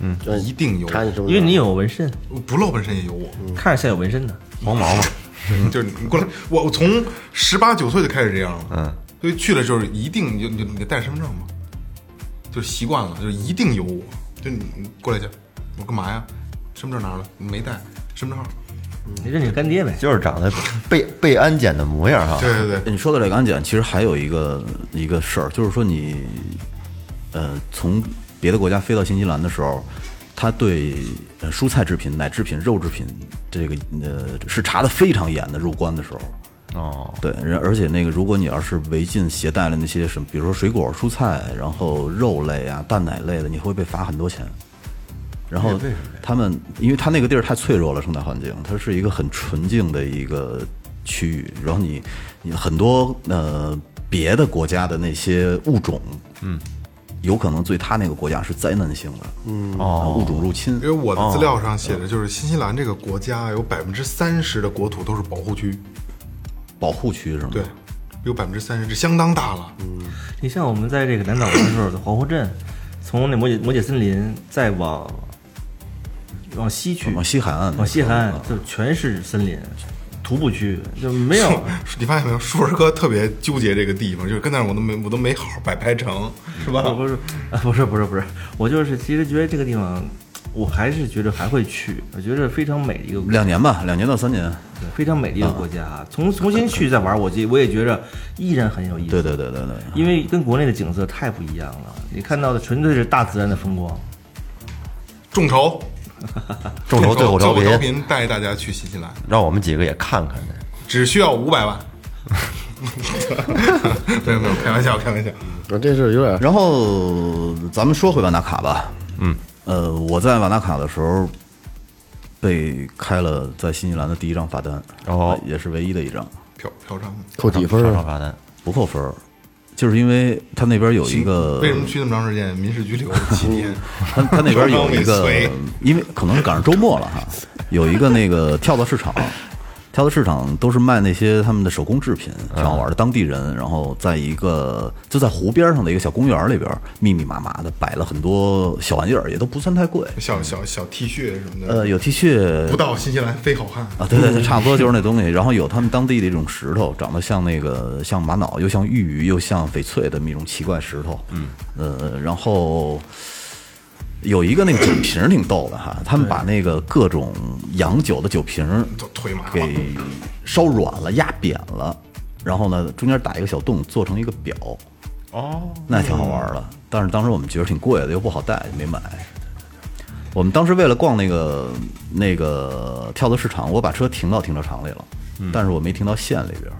Speaker 5: 嗯，一定有
Speaker 6: 查你
Speaker 5: 我，
Speaker 6: 身份证，
Speaker 3: 因为你有纹身，
Speaker 5: 不露本身也有我，
Speaker 4: 嗯
Speaker 3: 看着像有纹身的。
Speaker 2: 黄毛嘛，
Speaker 5: (laughs) 就是你过来，我我从十八九岁就开始这样了，嗯，所以去了就是一定你就你就你得带身份证嘛，就习惯了，就是一定有我，就你你过来去，我干嘛呀？身份证拿出来，你没带身份证号，
Speaker 4: 嗯
Speaker 3: 你认你干爹呗。
Speaker 2: 就是长得被被安检的模样哈。
Speaker 5: 对对对，
Speaker 4: 你说的这个安检，其实还有一个一个事儿，就是说你，呃，从别的国家飞到新西兰的时候，他对呃蔬菜制品、奶制品、肉制品这个呃是查的非常严的，入关的时候。
Speaker 2: 哦，
Speaker 4: 对，然而且那个，如果你要是违禁携带了那些什么，比如说水果、蔬菜，然后肉类啊、蛋奶类的，你会被罚很多钱。然
Speaker 3: 哎
Speaker 4: 后他们，因为他那个地儿太脆弱了，生态环境，它是一个很纯净的一个区域。然后你，你很多呃别的国家的那些物种，嗯，有可能对他那个国家是灾难性的，嗯，
Speaker 3: 哦
Speaker 4: 物种入侵
Speaker 3: 哎
Speaker 5: 因为。我的资料上写着，就是新西兰这个国家有百分之三十的国土都是保护区，
Speaker 4: 保护区是吗？
Speaker 5: 对，有百分之三十，这相当大了。
Speaker 4: 嗯
Speaker 3: 你像我们在这个南岛玩的时候，皇后镇，从那摩羯摩羯森林再往往西去，
Speaker 4: 往西海岸，啊
Speaker 3: 往西海岸就全是森林，徒步区就
Speaker 4: (laughs)
Speaker 3: 没有。
Speaker 5: 你发现没有，树儿哥特别纠结这个地方，就是跟那儿我都没我都没好好摆拍成，
Speaker 4: 嗯
Speaker 5: 是吧？
Speaker 3: 不不是，啊不是不是不是，我就是其实觉得这个地方，我还是觉得还会去，我觉得非常美的一个国家
Speaker 4: 两年吧，两年到三年。
Speaker 3: 对非常美的一个国家啊。从重新去再玩，我觉我也觉着依然很有意思。
Speaker 4: 对对对对对。
Speaker 3: 因为跟国内的景色太不一样了，你看到的纯粹是大自然的风光。
Speaker 5: 众筹，
Speaker 2: 众筹最后
Speaker 5: 最
Speaker 2: 调
Speaker 5: 后调
Speaker 2: 频，
Speaker 5: 频带大家去新西兰，
Speaker 2: 让我们几个也看看去。
Speaker 5: 只需要五百
Speaker 4: (laughs)
Speaker 5: 万。没有没有，开玩笑开玩笑。
Speaker 6: 啊这是有点
Speaker 4: 然后咱们说回瓦纳卡吧，嗯，呃，我在瓦纳卡的时候被开了在新西兰的第一张罚单，
Speaker 2: 哦
Speaker 4: 也是唯一的一张，
Speaker 5: 嫖嫖娼，
Speaker 6: 扣几分
Speaker 2: 上
Speaker 6: 啊
Speaker 2: 上？罚单，
Speaker 4: 不扣分儿，就是因为他那边有一个
Speaker 5: (laughs)
Speaker 4: 嗯
Speaker 5: 为什么去那么长时间？民事拘留七天，
Speaker 4: 他他那边有
Speaker 5: (laughs)
Speaker 4: 一
Speaker 5: 装
Speaker 4: 个
Speaker 5: 尾随，
Speaker 4: 因为可能是赶上周末了哈，有一个那个跳蚤市场，跳蚤市场都是卖那些他们的手工制品，
Speaker 5: 嗯
Speaker 4: 挺好玩的。当地人，然后在一个就在湖边上的一个小公园里边，密密麻麻的摆了很多小玩意儿，也都不算太贵。
Speaker 5: 小小小 T 恤什么的，
Speaker 4: 呃，有 T 恤
Speaker 5: 不到新西兰非好汉。
Speaker 4: 啊，对对对，差不多就是那东西。然后有他们当地的一种石头，长得像那个像玛瑙，又像玉鱼，又像翡翠的那种奇怪石头。嗯，呃，然后有一个那个酒瓶儿挺逗的哈，他们把那个各种洋酒的酒瓶儿
Speaker 5: 都推麻了
Speaker 4: 呃给烧软了、压扁了，然后呢中间打一个小洞，做成一个表。哦，那挺好玩儿的。但是当时我们觉得挺贵的，又不好带，没买。我们当时为了逛那个那个跳蚤市场，我把车停到停车场里了，但是我没停到县里边儿，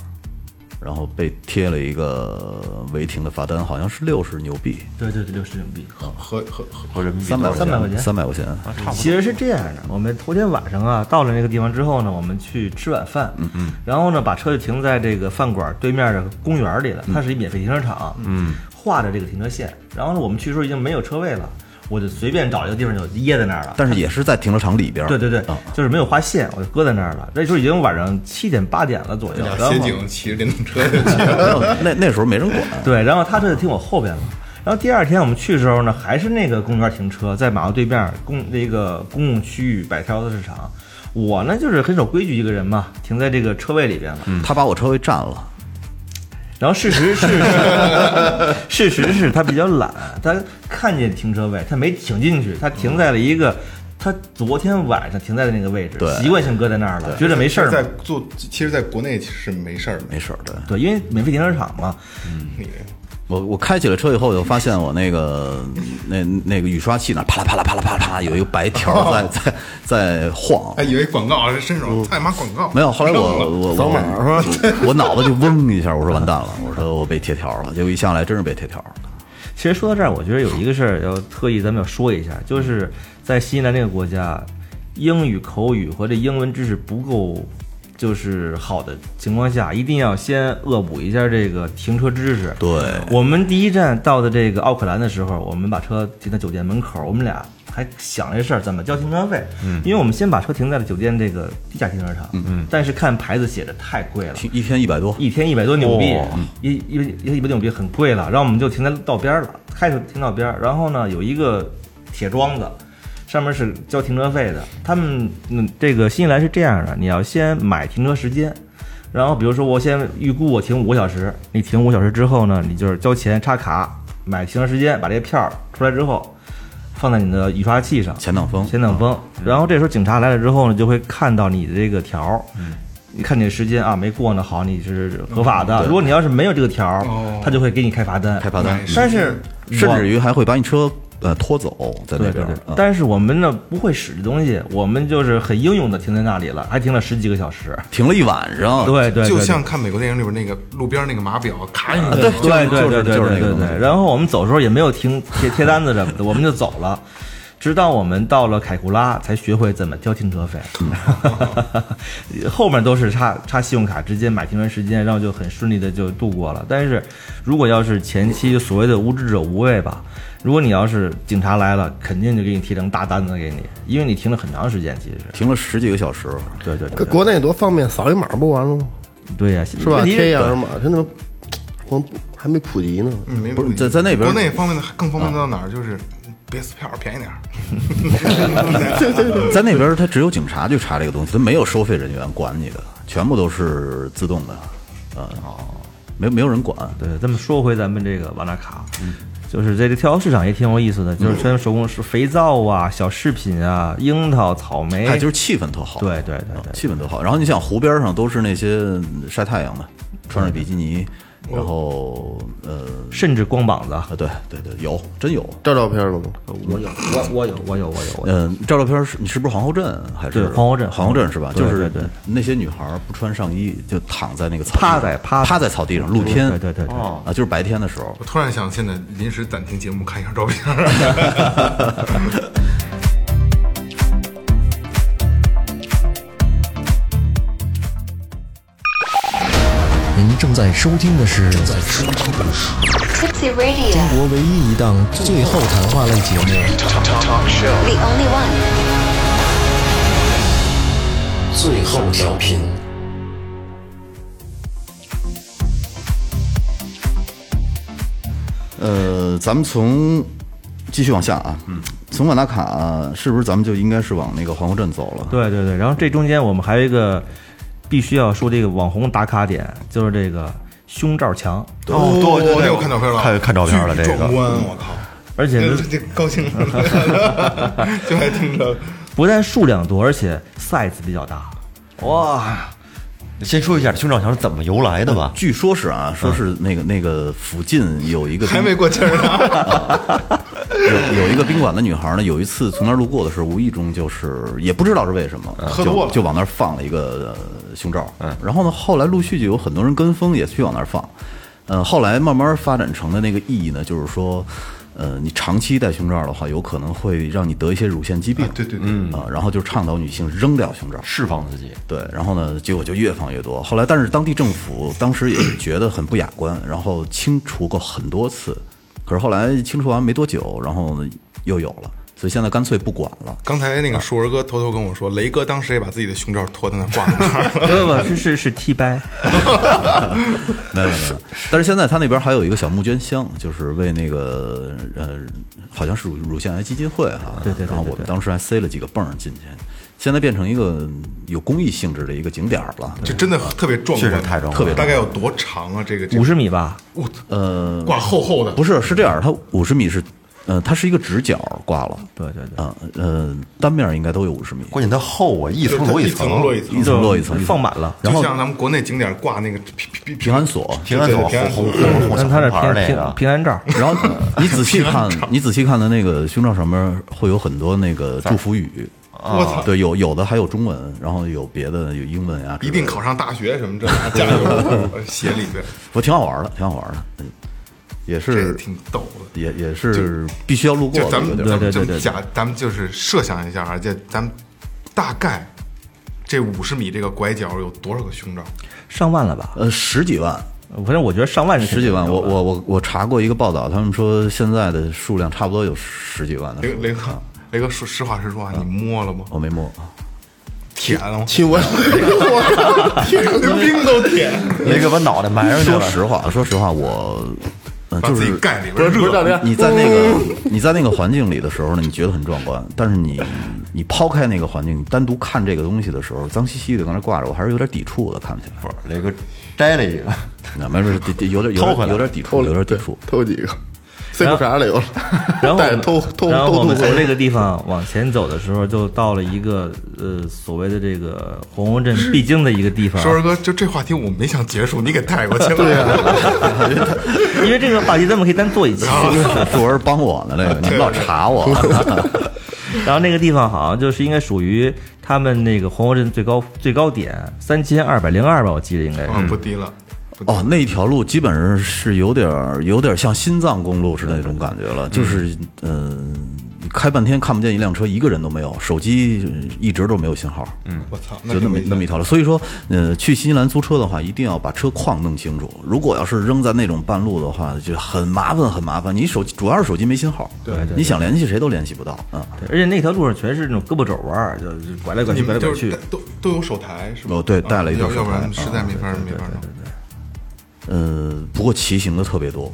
Speaker 4: 然后被贴了一个违停的罚单，好像是六十牛币，
Speaker 3: 对对对，六十人民币。
Speaker 5: 和和和
Speaker 2: 合人民币
Speaker 4: 三百
Speaker 3: 三百块钱
Speaker 4: 三百块钱。
Speaker 3: 其实是这样的，我们头天晚上啊，到了那个地方之后呢，我们去吃晚饭，嗯嗯，然后呢，把车就停在这个饭馆对面的公园里了，它是一免费停车场，嗯，画着这个停车线，然后呢，我们去的时候已经没有车位了，我就随便找一个地方就掖在那儿了。
Speaker 4: 但是也是在停车场里边儿，
Speaker 3: 对对对
Speaker 4: 啊，
Speaker 3: 就是没有画线，我就搁在那儿了。那时候已经晚上七点八点了左右，然后
Speaker 5: 协警骑着电动车就去了。
Speaker 4: 没有 (laughs) 那那时候没人管，
Speaker 3: 对，然后他这就停我后边了。然后第二天我们去的时候呢，还是那个公园停车，在马路对面公那个公共区域摆条子市场。我呢就是很守规矩一个人嘛，停在这个车位里边了。
Speaker 4: 他把我车位占了，
Speaker 3: 然后事实是，事实是 (laughs) 他比较懒，他看见停车位，他没停进去，他停在了一个。他昨天晚上停在的那个位置，
Speaker 4: 对
Speaker 3: 习惯性搁在那儿了，觉得没事儿嘛。
Speaker 5: 在做，其实在国内是没事儿的。
Speaker 4: 没事儿，对。
Speaker 3: 对，因为免费停车场嘛，
Speaker 5: 你
Speaker 4: 我我开起了车以后，就发现我那个那那个雨刷器那啪啦啪啦啪啦啪啦啪啦有一个白条在
Speaker 6: 哦
Speaker 4: 在在晃
Speaker 5: 哎还，
Speaker 6: 哎
Speaker 5: 以为广告是伸手，哎他妈广告
Speaker 4: 没有。后来我
Speaker 5: 扔了
Speaker 4: 我
Speaker 6: 扫码是
Speaker 4: 我我脑子就嗡一下，我说完蛋了，我说我被贴条了。结果一下来真是被贴条了。
Speaker 3: 其实说到这儿，我觉得有一个事儿要特意咱们要说一下，就是在新西兰这个国家，英语口语和这英文知识不够就是好的情况下，一定要先恶补一下这个停车知识。
Speaker 4: 对
Speaker 3: 我们第一站到的这个奥克兰的时候，我们把车停在酒店门口，我们俩还想这事儿怎么交停车费，嗯，因为我们先把车停在了酒店这个地下停车场，嗯嗯，但是看牌子写的太贵了，
Speaker 4: 停一天一百多，
Speaker 3: 一天一百多纽币嗯
Speaker 2: 哦，
Speaker 3: 一一一一百多纽币很贵了。然后我们就停在道边儿了，开始停道边儿。然后呢，有一个铁桩子，上面是交停车费的。他们嗯，这个新西兰是这样的，你要先买停车时间，然后比如说我先预估我停五个小时，你停五小时之后呢，你就是交钱插卡买停车时间，把这个票儿出来之后放在你的雨刷器上，
Speaker 4: 前挡风，
Speaker 3: 前挡风。然后这时候警察来了之后呢，就会看到你的这个条儿，你看你的时间啊没过呢，好，你是合法的。如果你要是没有这个条儿
Speaker 5: 哦，
Speaker 3: 他就会给你开罚单。嗯
Speaker 4: 开罚单，嗯
Speaker 3: 但是
Speaker 4: 甚
Speaker 3: 我
Speaker 4: 至于还会把你车呃拖走在那
Speaker 3: 对
Speaker 4: 边
Speaker 3: 对
Speaker 4: 儿
Speaker 3: 对，，
Speaker 4: 嗯
Speaker 3: 但是我们呢不会使这东西，我们就是很英勇的停在那里了，还停了十几个小时。
Speaker 4: 停了一晚上。
Speaker 3: 对对，对
Speaker 5: 就
Speaker 3: 对
Speaker 5: 像看美国电影里边那个路边那个码表，咔一下
Speaker 4: 呃对
Speaker 5: 就
Speaker 3: 对
Speaker 4: 就是
Speaker 3: 对对
Speaker 4: 就是那
Speaker 3: 对
Speaker 4: 个
Speaker 3: 对
Speaker 4: 东西
Speaker 3: 对。然后我们走的时候也没有停贴贴单子什么的，我们就走了。直到我们到了凯库拉，才学会怎么交停车费。 (laughs) 后面都是插插信用卡，直接买停车时间，然后就很顺利的就度过了。但是如果要是前期所谓的无知者无畏吧，如果你要是警察来了，肯定就给你贴张大单子给你，因为你停了很长时间，其实。
Speaker 4: 停了十几个小时，
Speaker 3: 对对对
Speaker 6: 搁国内多方便，扫一码不完了吗？
Speaker 3: 对呀、
Speaker 6: 是吧？
Speaker 3: 问题
Speaker 6: 贴一二维码，真的光还没普及呢。
Speaker 5: 嗯没
Speaker 4: 不是在在那边
Speaker 5: 国内方便的更方便到哪儿？就是别撕票，便宜点儿。
Speaker 4: 在那边儿他只有警察去查这个东西，他没有收费人员管你的，全部都是自动的，呃，没没有人管。
Speaker 3: 对，这么说回咱们这个瓦纳卡，就是这个跳蚤市场也挺有意思的，就是全手工是肥皂啊、小饰品啊、樱桃、草莓，
Speaker 4: 哎，就是气氛特好，
Speaker 3: 对对对
Speaker 4: 嗯
Speaker 3: 对
Speaker 4: 气氛特好。然后你想湖边上都是那些晒太阳的，穿着比基尼，然后呃
Speaker 3: 甚至光膀子。
Speaker 4: 啊，对对对，有真有。
Speaker 6: 照照片了吗？
Speaker 3: 我有，我我有，我有，我有，我有。
Speaker 4: 嗯，照照片儿是你是不是皇后镇还是
Speaker 3: 对皇后镇
Speaker 4: 皇后镇是吧？
Speaker 3: 对
Speaker 4: 就
Speaker 3: 对
Speaker 4: 是
Speaker 3: 对
Speaker 4: 那些女孩儿不穿上衣就躺在那个草地
Speaker 3: 趴在趴在
Speaker 4: 趴在草地上，露天
Speaker 3: 对对对对
Speaker 4: 啊，就是白天的时候，
Speaker 5: 我突然想，现在临时暂停节目，看一下照片。
Speaker 7: 您正在收听的是正在收听的是
Speaker 8: Tipsy Radio,
Speaker 7: 中国唯一一档最后谈话类节目
Speaker 8: the only one.
Speaker 7: 《最后调频》。
Speaker 4: 呃，咱们从继续往下啊，嗯，从瓦纳卡是不是咱们就应该是往那个皇后镇走了？
Speaker 3: 对对对，然后这中间我们还有一个必须要说这个网红打卡点，就是这个胸罩墙，
Speaker 5: 哦，
Speaker 2: 对对对
Speaker 5: 这我看照片了，
Speaker 2: 看看照片了
Speaker 5: 巨
Speaker 2: 这个
Speaker 5: 壮观，我靠！
Speaker 3: 而且 (laughs)
Speaker 5: 这
Speaker 3: 呢
Speaker 5: 这高兴了， (laughs) 就爱听着。
Speaker 3: (laughs) 不但数量多，而且 size 比较大。哇，
Speaker 2: 先说一下兄长桥是怎么由来的吧？
Speaker 4: 据说是啊，说是那个那个附近有一个
Speaker 5: 还
Speaker 4: 宾
Speaker 5: 没过气儿呢。
Speaker 4: (laughs) 有有一个宾馆的女孩呢，有一次从那儿路过的时候，无意中就是也不知道是为什么，
Speaker 5: 嗯喝
Speaker 4: 就
Speaker 5: 多了
Speaker 4: 就往那儿放了一个呃胸罩。嗯，然后呢，后来陆续就有很多人跟风，也去往那儿放。嗯，后来慢慢发展成的那个意义呢，就是说，呃，你长期戴胸罩的话，有可能会让你得一些乳腺疾病。
Speaker 5: 对对对
Speaker 4: 嗯啊，然后就倡导女性扔掉胸罩。
Speaker 2: 释放自己，
Speaker 4: 对，然后呢，结果就越放越多。后来，但是当地政府当时也是觉得很不雅观，然后清除过很多次，可是后来清除完没多久，然后呢又有了，所以现在干脆不管了。
Speaker 5: 刚才那个树儿哥偷偷跟我说，雷哥当时也把自己的胸罩脱在那挂在那儿了。
Speaker 3: 不不是是是 T 掰，
Speaker 4: 没有没有
Speaker 3: (laughs)
Speaker 4: 没有，但是现在他那边还有一个小募捐箱，就是为那个呃，好像是乳乳腺癌基金会哈、
Speaker 3: 对对对对
Speaker 4: 然后我们当时还塞了几个泵儿进去，现在变成一个有公益性质的一个景点儿了。
Speaker 5: 这真的特别壮观，
Speaker 2: 确实太壮观了
Speaker 4: 特别壮观
Speaker 5: 大概有多长啊？这个
Speaker 3: 五十米吧，
Speaker 4: 呃，
Speaker 5: 挂厚厚的，
Speaker 4: 不是，是这样，它五十米是，呃，它是一个直角挂了，
Speaker 3: 对对对，
Speaker 4: 啊，呃，单面应该都有五十米，
Speaker 2: 关键它厚啊，一
Speaker 5: 就是
Speaker 2: 层
Speaker 5: 它
Speaker 2: 摞
Speaker 5: 一
Speaker 2: 层，
Speaker 5: 摞一层
Speaker 4: 一，层摞一层，一层
Speaker 3: 放满了。
Speaker 4: 然
Speaker 5: 就
Speaker 4: 后
Speaker 5: 像咱们国内景点挂那个平平
Speaker 4: 平安锁。
Speaker 2: 平安锁
Speaker 5: 对对
Speaker 2: 红红
Speaker 5: 平安
Speaker 2: 红红红
Speaker 3: 但他这
Speaker 2: 牌儿
Speaker 3: 平
Speaker 2: 那
Speaker 3: 平
Speaker 2: 个，
Speaker 3: 平安罩，
Speaker 5: (laughs)
Speaker 4: 然后你仔细看，你仔细看的那个胸罩上面会有很多那个祝福语，啊
Speaker 5: 我操！
Speaker 4: 对，有有的还有中文，然后有别的有英文啊呀之类的，
Speaker 5: 一定考上大学什么这那加油写里边，
Speaker 4: 不挺好玩的，挺好玩的，嗯，也
Speaker 5: 这
Speaker 4: 是
Speaker 5: 挺逗的。
Speaker 4: 也也是必须要路过
Speaker 5: 就咱
Speaker 4: 的
Speaker 5: 们
Speaker 4: 一个地
Speaker 5: 咱
Speaker 4: 儿，
Speaker 5: 们
Speaker 3: 对对
Speaker 5: 咱
Speaker 3: 对
Speaker 5: 们
Speaker 3: 对
Speaker 5: 假，咱们就是设想一下啊，这咱们大概这五十米这个拐角有多少个胸罩？
Speaker 3: 上万了吧？
Speaker 4: 呃，十几万，
Speaker 3: 反正我觉得上万是
Speaker 4: 十几万，
Speaker 3: 肯定
Speaker 4: 我
Speaker 3: 有
Speaker 4: 我
Speaker 3: 的
Speaker 4: 我我查过一个报道，他们说现在的数量差不多有十几万的
Speaker 5: 雷
Speaker 4: 数量，
Speaker 5: 雷哥，雷哥说实话实说啊，你摸了吗？
Speaker 4: 我没摸。
Speaker 5: 舔了吗？
Speaker 6: 亲我，
Speaker 5: 连冰都舔，
Speaker 2: 雷哥把脑袋埋上去
Speaker 5: (laughs)
Speaker 4: 说
Speaker 2: 了。
Speaker 4: 实话，说实话，我，呃，
Speaker 5: 把
Speaker 4: 就
Speaker 5: 自己
Speaker 4: 是
Speaker 5: 盖里
Speaker 6: 不
Speaker 5: 边
Speaker 6: 是不是
Speaker 5: 热
Speaker 6: 大家，
Speaker 4: 你在那个你在那个环境里的时候呢，你觉得很壮观，但是你你抛开那个环境，你单独看这个东西的时候，脏兮兮的搁那挂着，我还是有点抵触的，看起来。
Speaker 2: 雷哥摘了一个，
Speaker 4: 那没事，得有点有
Speaker 2: 偷回
Speaker 4: 点
Speaker 2: 来
Speaker 4: 有点抵触，有点抵触。
Speaker 6: 偷几个，塞裤衩里有了，
Speaker 3: 然后
Speaker 6: 带偷偷
Speaker 3: 然后我
Speaker 6: 偷
Speaker 3: 们
Speaker 6: 渡
Speaker 3: 从
Speaker 6: 过
Speaker 3: 这个地方往前走的时候，就到了一个呃所谓的这个黄洪镇必经的一个地方，
Speaker 5: 说儿哥，就这话题我没想结束，你给带过去了。对
Speaker 4: 啊
Speaker 3: 因为这个话题咱们可以单做一期。
Speaker 4: 树文帮我呢，那个你们老查我，
Speaker 3: 然后那个地方好像就是应该属于他们那个黄河镇最高最高点三千二百零二吧，我记得应该
Speaker 5: (laughs)
Speaker 3: 是。
Speaker 5: 啊，不低了。不低
Speaker 4: 哦，那一条路基本上是有点儿有点儿像心脏公路似的那种感觉了，就是嗯、你开半天看不见一辆车，一个人都没有，手机呃一直都没有信号，嗯，
Speaker 5: 我操，
Speaker 4: 就那么那么一条路。所以说，呃，去新西兰租车的话，一定要把车况弄清楚。如果要是扔在那种半路的话，就很麻烦，很麻烦。你手机主要是手机没信号，对，你想联系谁都联系不到，嗯。
Speaker 3: 对而且那条路上全是那种胳膊肘弯儿，就就拐来拐
Speaker 5: 你
Speaker 3: 去，拐
Speaker 5: 们
Speaker 3: 来
Speaker 5: 就
Speaker 3: 拐
Speaker 5: 是
Speaker 3: 去
Speaker 5: 带。都都有手台是吧？
Speaker 4: 哦对
Speaker 5: 啊
Speaker 4: 带了一个
Speaker 5: 要
Speaker 4: 手
Speaker 5: 要不然
Speaker 4: 台啊
Speaker 5: 实在没法没法弄。
Speaker 4: 呃，不过骑行的特别多，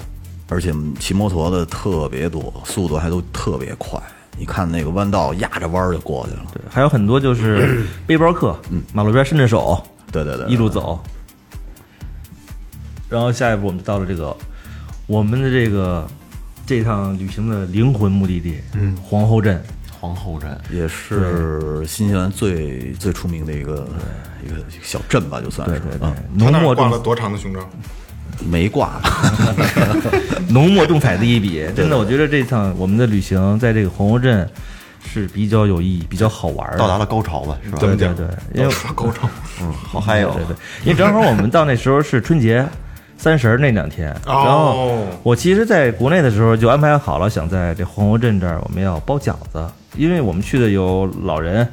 Speaker 4: 而且骑摩托的特别多，速度还都特别快。你看那个弯道压着弯儿就过去了，
Speaker 3: 对，还有很多就是背包客，马路边伸着手，
Speaker 4: 对对对，
Speaker 3: 一路走。然后下一步我们就到了这个我们的这个这趟旅行的灵魂目的地，嗯，皇后镇。
Speaker 2: 皇后镇，
Speaker 4: 也是新西兰最最出名的一个一个一个小镇吧，就算是啊，
Speaker 3: 浓
Speaker 5: 那
Speaker 3: 墨
Speaker 5: 儿挂了
Speaker 3: 重
Speaker 5: 多长的胸罩？
Speaker 4: 没挂。
Speaker 3: 浓墨重彩的一笔，真的，我觉得这趟我们的旅行在这个皇后镇是比较有意义、比较好玩的。
Speaker 2: 到达了高潮吧，是吧？
Speaker 3: 对对对，因为
Speaker 5: 刷高潮
Speaker 2: 好嗨哟！
Speaker 3: 对对，因为正好我们到那时候是春节三十儿那两天，然后
Speaker 5: 哦，
Speaker 3: 我其实在国内的时候就安排好了，想在这黄河镇这儿我们要包饺子，因为我们去的有老人，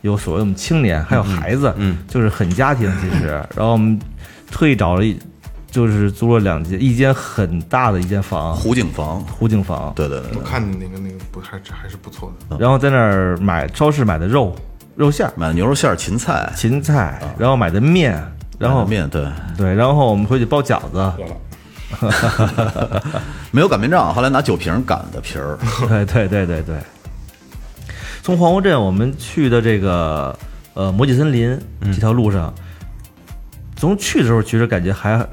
Speaker 3: 有所谓我们青年，还有孩子，嗯，就是很家庭其实。然后我们特意找了一，就是租了两间，一间很大的一间房，
Speaker 4: 湖景房，
Speaker 3: 湖景房，
Speaker 4: 对对对
Speaker 5: 我
Speaker 4: 对，
Speaker 5: 看你那个那个不还还是不错的。
Speaker 3: 然后在那儿买超市买的肉、肉馅儿、
Speaker 4: 买牛肉馅儿、芹菜、
Speaker 3: 芹菜，然后买的面，
Speaker 4: 买
Speaker 3: 然后
Speaker 4: 的面，对，
Speaker 3: 对，然后我们回去包饺子，
Speaker 5: 饿了，
Speaker 4: 没有擀面杖，后来拿酒瓶擀的皮儿。
Speaker 5: (laughs)
Speaker 3: 对对对对对。从皇后镇我们去的这个呃魔界森林
Speaker 5: 嗯
Speaker 3: 这条路上，从去的时候其实感觉还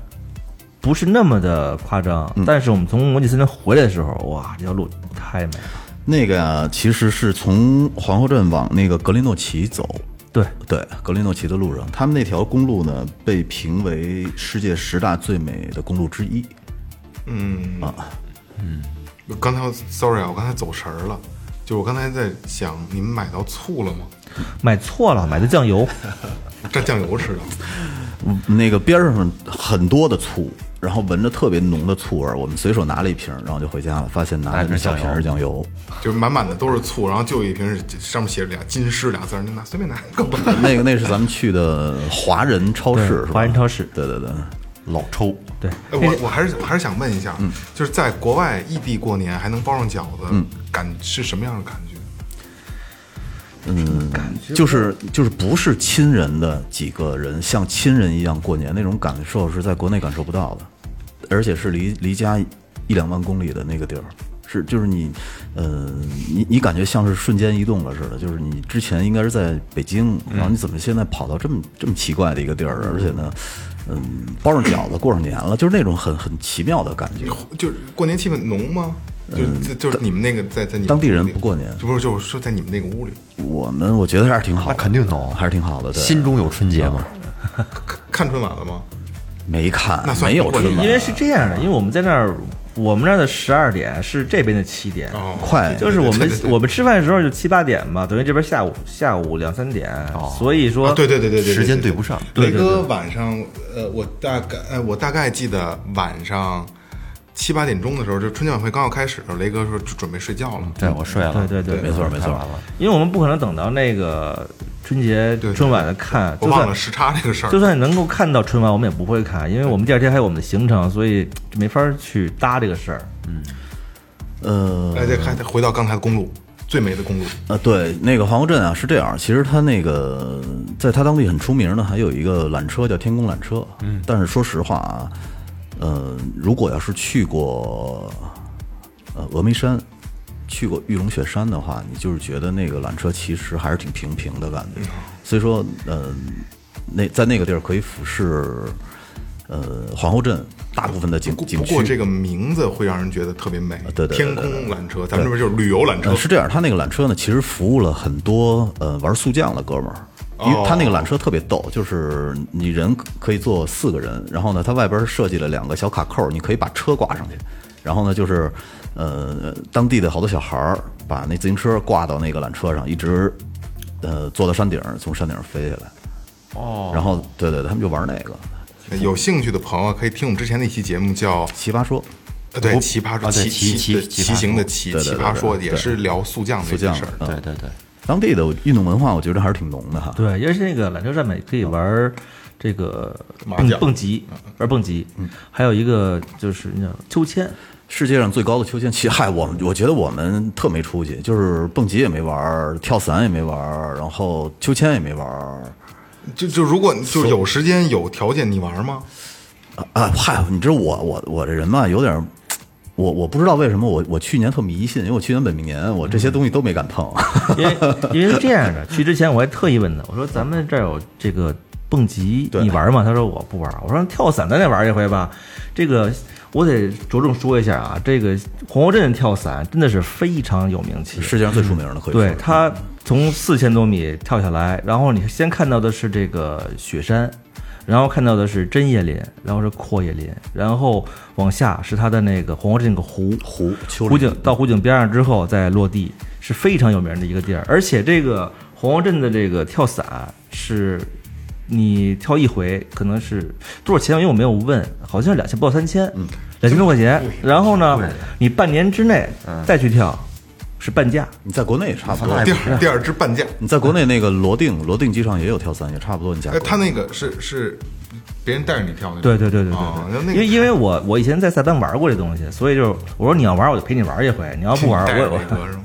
Speaker 3: 不是那么的夸张，
Speaker 5: 嗯
Speaker 3: 但是我们从魔界森林回来的时候，哇，这条路太美了。
Speaker 4: 那个呀、其实是从皇后镇往那个格林诺奇走，
Speaker 3: 对，
Speaker 4: 对，格林诺奇的路上，他们那条公路呢被评为世界十大最美的公路之一。啊
Speaker 5: 我刚才我 sorry 啊，我刚才走神儿了，就我刚才在想，你们买到醋了吗？
Speaker 3: 买错了，买的
Speaker 5: (laughs)
Speaker 3: 酱油，
Speaker 5: 蘸酱油吃的。
Speaker 4: 嗯那个边儿上很多的醋，然后闻着特别浓的醋味儿，我们随手拿了一瓶，然后就回家了，发现拿的那小瓶儿酱油。
Speaker 5: 就是满满的都是醋，然后就有一瓶是上面写着俩“金狮”俩字儿，你拿随便拿一个吧。
Speaker 4: 那个那是咱们去的华人超市，是吧
Speaker 3: 华人超市
Speaker 4: 对对对，
Speaker 2: 老抽，
Speaker 3: 对，
Speaker 5: 哎我我还是我还是想问一下，就是在国外异地过年还能包上饺子，感是什么样的感觉？
Speaker 4: 就是就是不是亲人的几个人像亲人一样过年那种感受是在国内感受不到的，而且是离离家一两万公里的那个地儿，是就是你，呃，你你感觉像是瞬间移动了似的，就是你之前应该是在北京，然后你怎么现在跑到这么这么奇怪的一个地儿，而且呢，嗯，包上饺子过上年了，就是那种很很奇妙的感觉。
Speaker 2: 嗯
Speaker 5: 就是过年气氛浓吗？就是就就是你们那个在在你们
Speaker 4: 当地人不过年
Speaker 5: 就不是就是说在你们那个屋里，
Speaker 4: 我们我觉得还是挺好的，
Speaker 2: 那肯定浓
Speaker 4: 还是挺好的。对
Speaker 2: 心中有春节嘛。
Speaker 5: 看看春晚了吗？
Speaker 4: 没看
Speaker 5: 那，算
Speaker 4: 没有
Speaker 5: 不过
Speaker 4: 春
Speaker 5: 年
Speaker 4: 晚啊
Speaker 3: 因为是这样的，因为我们在那儿，我们那儿的十二点是这边的七点，
Speaker 5: 哦，
Speaker 4: 快
Speaker 3: 就是我
Speaker 5: 对
Speaker 3: 们
Speaker 5: 对对
Speaker 3: 我们吃饭的时候就七八点嘛，等于这边下午下午两三点，所以说
Speaker 5: (laughs) 啊，对对对对对，
Speaker 2: 时间对不上
Speaker 5: 雷哥晚上，呃，我大概，呃，我大概记得晚上七八点钟的时候，就春节晚会刚要开始的时候，雷哥说准备睡觉了。
Speaker 2: 对，我睡了。
Speaker 3: 对对啊对，
Speaker 4: 没错没错。
Speaker 3: 因为我们不可能等到那个春节
Speaker 5: 对对
Speaker 3: 春晚的看，
Speaker 5: 我
Speaker 3: 就
Speaker 5: 忘
Speaker 3: 算
Speaker 5: 了时差这个事儿
Speaker 3: 就。算能够看到春晚，我们也不会看，因为我们第二天还有我们的行程，所以没法去搭这个事儿。
Speaker 4: 呃，
Speaker 5: 哎，再看，再回到刚才的公路，最美的公路，
Speaker 4: 啊，对，那个皇后镇啊是这样，其实它那个在它当地很出名的，还有一个缆车叫天宫缆车。嗯，但是说实话啊，呃，如果要是去过呃峨眉山，去过玉龙雪山的话，你就是觉得那个缆车其实还是挺平平的感觉。
Speaker 5: 嗯
Speaker 4: 所以说，呃，那在那个地儿可以俯视呃皇后镇大部分的景
Speaker 5: 不
Speaker 4: 景
Speaker 5: 不
Speaker 4: 区。
Speaker 5: 过这个名字会让人觉得特别美。
Speaker 4: 对对对
Speaker 5: 天空缆车，咱们这边就是旅游缆车
Speaker 4: 呃，。是这样，他那个缆车呢，其实服务了很多呃玩速降的哥们儿，因为他那个缆车特别逗，就是你人可以坐四个人，然后呢，它外边设计了两个小卡扣，你可以把车挂上去，然后呢，就是呃当地的好多小孩儿把那自行车挂到那个缆车上，一直呃坐到山顶儿，从山顶上飞下来。哦，然后对对，他们就玩那个
Speaker 5: 呃有兴趣的朋友可以听我们之前的一期节目，叫
Speaker 4: 奇葩说，
Speaker 5: 呃对奇葩说
Speaker 2: 啊对
Speaker 5: 骑
Speaker 2: 骑骑
Speaker 5: 骑
Speaker 2: 奇葩
Speaker 5: 骑行的
Speaker 2: 说
Speaker 5: 骑
Speaker 4: 对
Speaker 5: 奇
Speaker 4: 对对
Speaker 5: 葩说，
Speaker 4: 对
Speaker 5: 也是聊速降的一
Speaker 4: 速
Speaker 5: 件
Speaker 4: 降嗯
Speaker 5: 事儿。
Speaker 2: 对对对，
Speaker 4: 当地的运动文化，我觉得还是挺浓的哈。
Speaker 3: 对，因为是那个缆车上面可以玩儿这个
Speaker 5: 麻
Speaker 3: 蹦
Speaker 5: 将
Speaker 3: 蹦极，玩蹦极，还有一个就是那种秋千，
Speaker 4: 世界上最高的秋千，其实嗨，我们我觉得我们特没出息，就是蹦极也没玩儿，跳伞也没玩儿，然后秋千也没玩儿。
Speaker 5: 就就如果你就有时间有条件，你玩吗？
Speaker 4: 啊啊，嗨，你知道我我我这人吧，有点儿，我我不知道为什么我我去年特迷信，因为我去年本命年，我这些东西都没敢碰。
Speaker 3: (laughs) 因为因为是这样的，去之前我还特意问他，我说咱们这儿有这个蹦极，
Speaker 4: 对
Speaker 3: 你玩吗？他说我不玩。我说跳伞咱得玩一回吧。这个我得着重说一下啊，这个皇后镇跳伞真的是非常有名气，
Speaker 4: 世界上最出名的可以说是，
Speaker 3: 对他从四千多米跳下来，然后你先看到的是这个雪山，然后看到的是针叶林，然后是阔叶林，然后往下是他的那个皇后镇那个湖
Speaker 4: 湖丘陵
Speaker 3: 湖景到湖景边上之后再落地，是非常有名的一个地儿。而且这个皇后镇的这个跳伞是。你跳一回可能是多少钱？因为我没有问，好像两千不到三千，嗯，两千多块钱。然后呢，你半年之内
Speaker 4: 嗯
Speaker 3: 再去跳，是半价。
Speaker 4: 你在国内也哎差不多。
Speaker 5: 第二第二支半价，
Speaker 4: 你在国内那个罗定罗定机场也有跳伞，也差不多。你价
Speaker 5: 哎，
Speaker 4: 格
Speaker 5: 他那个是是别人带着你跳那种。
Speaker 3: 对对对对
Speaker 5: 啊
Speaker 3: 对
Speaker 5: 那那
Speaker 3: 对，因
Speaker 5: 个
Speaker 3: 为因为我我以前在塞班玩过这东西，所以就是我说你要玩我就陪你玩一回，你要不玩
Speaker 5: 带
Speaker 3: 我
Speaker 5: 着
Speaker 3: 也
Speaker 5: 那
Speaker 3: 我
Speaker 5: 个是吗？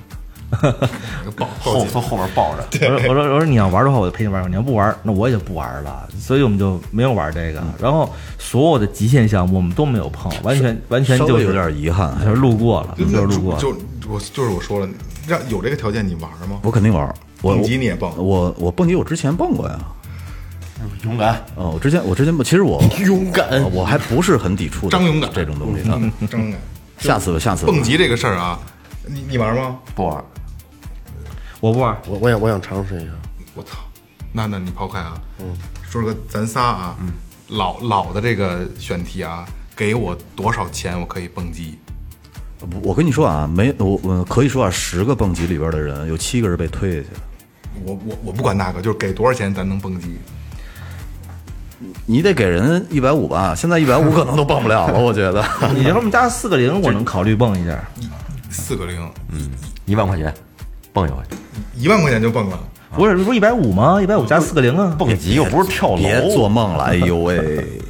Speaker 5: 那个抱抱紧，
Speaker 2: 后面抱着，
Speaker 3: 我说我说我说你要玩的话我就陪你玩，你要不玩那我也就不玩了，所以我们就没有玩这个。然后所有的极限项目我们都没有碰，完全完全
Speaker 4: 稍
Speaker 3: 就
Speaker 4: 微
Speaker 3: 是
Speaker 4: 有点遗憾，还
Speaker 3: 就是是路过了，
Speaker 5: 就
Speaker 3: 就是路过了。
Speaker 5: 就我就是我说了，让有这个条件你玩吗？
Speaker 4: 我肯定玩儿。我
Speaker 5: 蹦极你也蹦
Speaker 4: 我我蹦极我之前蹦过呀。
Speaker 2: 勇敢。
Speaker 4: 哦，我之前我之前不，其实我勇敢，我还不是很抵触的
Speaker 5: 张勇敢
Speaker 4: 这种东西的。嗯
Speaker 5: 真的，
Speaker 4: 下次吧，下次
Speaker 5: (laughs)
Speaker 4: 吧
Speaker 5: 蹦极这个事儿啊，你你玩吗？
Speaker 2: 不玩，
Speaker 3: 我不玩，
Speaker 6: 我我想我想尝试一下，
Speaker 5: 我操，那那你抛开啊，嗯，说个咱仨啊，老老的这个选题啊，给我多少钱我可以蹦极？
Speaker 4: 我我跟你说啊，没我我可以说啊，十个蹦极里边的人有七个人被推下去了。
Speaker 5: 我我我不管那个，就是给多少钱咱能蹦极？
Speaker 4: 你得给人一百五吧，现在一百五可能都蹦
Speaker 5: (laughs)
Speaker 4: 不了了，我觉得。
Speaker 3: 你要这么加四个零，我能考虑蹦一下。
Speaker 5: 四个零，
Speaker 2: 一万块钱蹦一回，
Speaker 5: 一万块钱就蹦了。
Speaker 3: 不是，不是一百五吗？一百五加四个零啊，
Speaker 2: 蹦极又不是跳楼，
Speaker 4: 别做梦了，哎呦喂！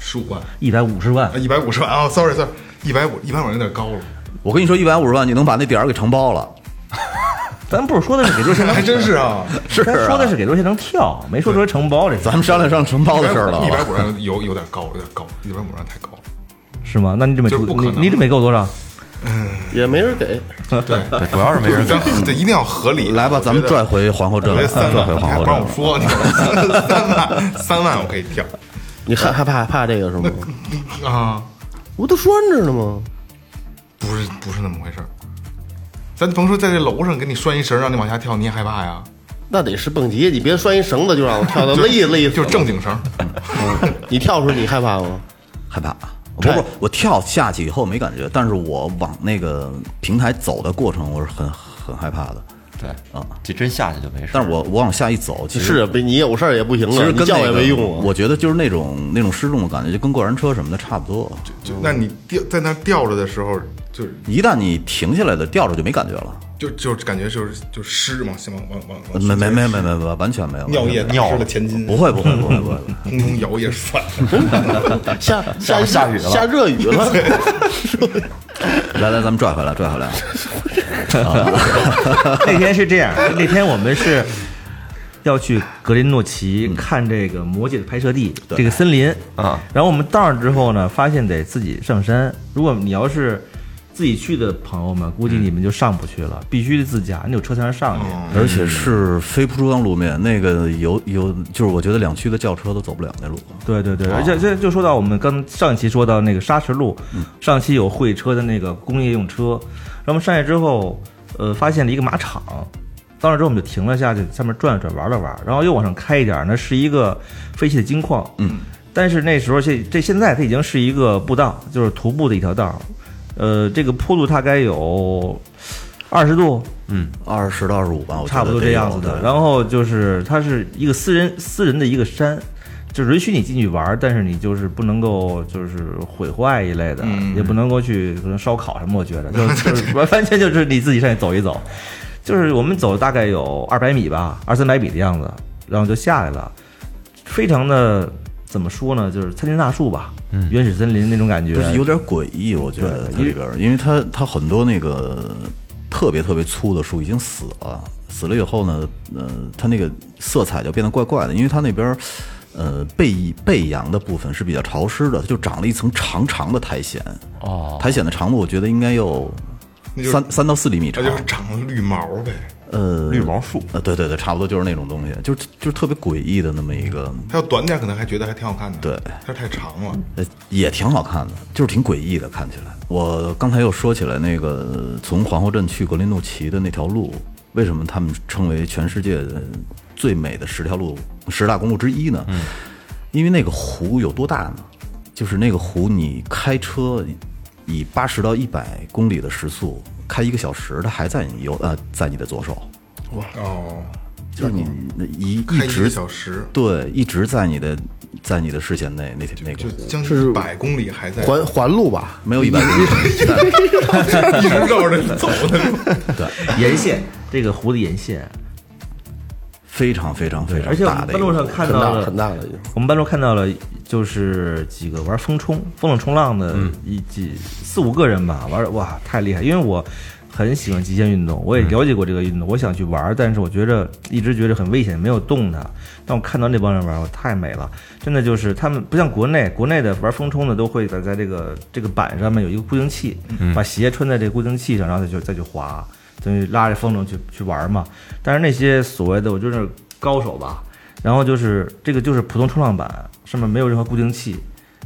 Speaker 5: 十五万
Speaker 3: 一百五十万
Speaker 5: 啊，。一百五十万啊，sorry sorry，一百五一百五有点高 (laughs) 了，
Speaker 4: 我跟你说，一百五十万你能把那点儿给承包了，
Speaker 3: 咱不是说的是给这些能，
Speaker 5: 还真 (laughs) 是啊，
Speaker 4: 是
Speaker 3: 咱
Speaker 4: 啊
Speaker 3: 说的是给这些能跳，没说说承包这事
Speaker 4: 咱们商量商量承包的事儿了。
Speaker 5: 一百五让有有点高，有点高，一百五让太高了。
Speaker 3: 是吗？那你准备
Speaker 5: 就是不可
Speaker 3: 你
Speaker 5: 能
Speaker 3: 你准备够多少？
Speaker 6: 也没人给，
Speaker 2: 对，主要是没人
Speaker 5: 咱这一定要合理。
Speaker 4: 来吧，咱们拽
Speaker 5: 转。
Speaker 4: 回皇后
Speaker 5: 我
Speaker 4: 镇
Speaker 5: 觉
Speaker 4: 来，
Speaker 5: 得
Speaker 4: 咱
Speaker 5: 三
Speaker 4: 拽回
Speaker 5: 万，你
Speaker 4: 皇
Speaker 5: 还
Speaker 4: 后
Speaker 5: 不
Speaker 4: 镇
Speaker 5: 让我
Speaker 4: 来。
Speaker 5: 说，你三万，三万我可以跳
Speaker 6: 你害害怕害怕这个是吗？
Speaker 5: (laughs) 啊！
Speaker 6: (laughs) 我都拴着呢吗？
Speaker 5: 不是不是那么回事儿，咱甭说在这楼上给你拴一绳儿让你往下跳，你也害怕呀？
Speaker 6: 那得是蹦极，你别拴一绳子就让我跳到累累死
Speaker 5: 就
Speaker 6: 了。
Speaker 5: 是正经绳儿，
Speaker 6: 你跳出去，你害怕吗？
Speaker 4: 害怕。不不，我跳下去以后没感觉，但是我往那个平台走的过程，我是很很害怕的。
Speaker 2: 对
Speaker 4: 啊，
Speaker 2: 这真下去就没事。
Speaker 4: 但是我我往下一走，其实
Speaker 6: 是被你有事儿也不行啊
Speaker 4: 其实
Speaker 6: 了，你
Speaker 4: 跟
Speaker 6: 叫
Speaker 4: 那
Speaker 6: 也
Speaker 4: 个
Speaker 6: 没用啊。
Speaker 4: 我觉得就是那种那种失重的感觉，就跟过山车什么的差不多。
Speaker 5: 就那你吊在那儿吊着的时候，就是
Speaker 4: 一旦你停下来的吊着就没感觉了，
Speaker 5: 就就是感觉就是就湿嘛，先往往往往
Speaker 4: 没没没没没没，完全没有
Speaker 5: 尿液打湿
Speaker 2: 尿
Speaker 5: 了前襟，
Speaker 4: 不会不会不会不会，不会
Speaker 5: 空中摇曳
Speaker 4: (laughs)
Speaker 5: 甩。
Speaker 6: 下下
Speaker 2: 下雨了
Speaker 6: 下热雨了。
Speaker 4: 来来，咱们拽回来拽回来。
Speaker 3: 那天是这样，那天我们是要去格林诺奇看这个《魔戒》的拍摄地，这个森林
Speaker 2: 啊。
Speaker 3: 然后我们到那儿之后呢，发现得自己上山。如果你要是自己去的朋友们，估计你们就上不去了，必须得自驾，你有车才能上去。
Speaker 4: 而且是非铺装路面，那个有有，就是我觉得两区的轿车都走不了那路。
Speaker 3: 对对对，而且这就说到我们刚上一期说到那个砂石路，上期有会车的那个工业用车，然后上去之后，呃，发现了一个马场，到那之后我们就停了下去，下面转了转，玩了玩，然后又往上开一点儿，那是一个废弃的金矿，嗯，但是那时候这这现在它已经是一个步道，就是徒步的一条道，呃，这个坡度大概有二十度，
Speaker 4: 二十到二十五吧，我觉得
Speaker 3: 差不多这
Speaker 4: 得有
Speaker 3: 样子的。
Speaker 4: 对
Speaker 3: 然后就是它是一个私人私人的一个山，就是允许你进去玩儿，但是你就是不能够就是毁坏一类的，
Speaker 4: 嗯
Speaker 3: 也不能够去可能烧烤什么。我觉得
Speaker 4: (laughs)
Speaker 3: 就是就是完完全就是你自己上去走一走，就是我们走大概有二百米吧，二三百米的样子，然后就下来了，非常的怎么说呢，就是参天大树吧，原始森林那种感觉，
Speaker 4: 嗯就是有点诡异，我觉得它里边儿，因为它它很多那个特别特别粗的树已经死了，死了以后呢，呃，它那个色彩就变得怪怪的，因为它那边儿。呃，背背阳的部分是比较潮湿的，它就长了一层长长的苔藓。哦，苔藓的长度我觉得应该有
Speaker 5: 那就是
Speaker 4: 三三到四厘米
Speaker 5: 它
Speaker 4: 长，
Speaker 5: 就是长了绿毛呗，
Speaker 4: 呃，
Speaker 2: 绿毛树，
Speaker 4: 呃，对对对，差不多就是那种东西，就是就是特别诡异的那么一个，
Speaker 5: 它要短点可能还觉得还挺好看的，
Speaker 4: 对，
Speaker 5: 它太长了。
Speaker 4: 呃，也挺好看的，就是挺诡异的，看起来。我刚才又说起来那个从皇后镇去格林诺奇的那条路，为什么他们称为全世界最美的十条路、十大公路之一呢？嗯，因为那个湖有多大呢？就是那个湖，你开车以八十到一百公里的时速开一个小时，它还在你右呃，在你的左手，
Speaker 5: 哦，
Speaker 4: 就是你一
Speaker 5: 开
Speaker 4: 一
Speaker 5: 一个
Speaker 4: 直
Speaker 5: 小时，
Speaker 4: 对，一直在你的在你的视线内，那那个
Speaker 5: 就将近一百公里还在
Speaker 6: 环环路吧，
Speaker 4: 没有一百
Speaker 5: (laughs)
Speaker 4: 公里，
Speaker 5: 一直绕着走的。
Speaker 3: 沿线这个湖的沿线，
Speaker 4: 非常非常非
Speaker 3: 而
Speaker 4: 常
Speaker 3: 且我
Speaker 4: (laughs) 大
Speaker 3: 们
Speaker 4: 的
Speaker 3: 半
Speaker 4: 一
Speaker 3: 路上
Speaker 4: 个。
Speaker 3: 看
Speaker 6: 很
Speaker 3: 到
Speaker 6: 大
Speaker 3: 了
Speaker 6: 很大的一个。
Speaker 3: 我们半路看到了，就是几个玩风冲、风冷冲浪的
Speaker 6: 嗯
Speaker 3: 一几四五个人吧，玩哇太厉害！因为我很喜欢极限运动，我也了解过这个运
Speaker 6: 嗯
Speaker 3: 动，我想去玩，但是我觉着一直觉着很危险，没有动它。但我看到那帮人玩，我太美了，真的就是他们不像国内，国内的玩风冲的都会在在这个这个板上面有一个固定器，
Speaker 6: 嗯
Speaker 3: 把鞋穿在这个固定器上，然后再去再去滑，等于拉着风筝去去玩嘛。但是那些所谓的我就是高手吧，然后就是这个就是普通冲浪板，上面没有任何固定器，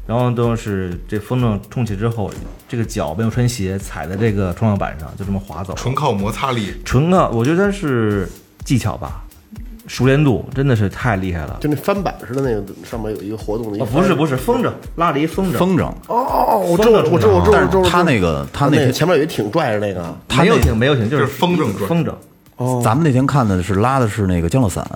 Speaker 3: 然后都是这风筝冲起之后，这个脚没有穿鞋踩在这个冲浪板上，就这么滑走。啊
Speaker 5: 纯靠摩擦力，
Speaker 3: 纯靠，我觉得是技巧吧，熟练度真的是太厉害了。
Speaker 6: 就那翻板似的那个，上面有一个活动的一
Speaker 3: 哦，
Speaker 6: 个
Speaker 3: 不是不
Speaker 6: 是
Speaker 3: 是，风筝拉了一风筝，
Speaker 4: 风筝，
Speaker 6: 哦，我知道我知道我知道
Speaker 4: 啊但
Speaker 6: 我知道我知
Speaker 4: 是他
Speaker 6: 道
Speaker 4: 那个他
Speaker 6: 那
Speaker 4: 那
Speaker 6: 个
Speaker 4: 天
Speaker 6: 前面有一挺拽着那个，啊
Speaker 4: 他
Speaker 3: 没有
Speaker 4: 那
Speaker 3: 停没有停，
Speaker 5: 就
Speaker 3: 就
Speaker 5: 是风筝转
Speaker 3: 风筝
Speaker 4: 咱们那天看的是拉的是那个降落伞，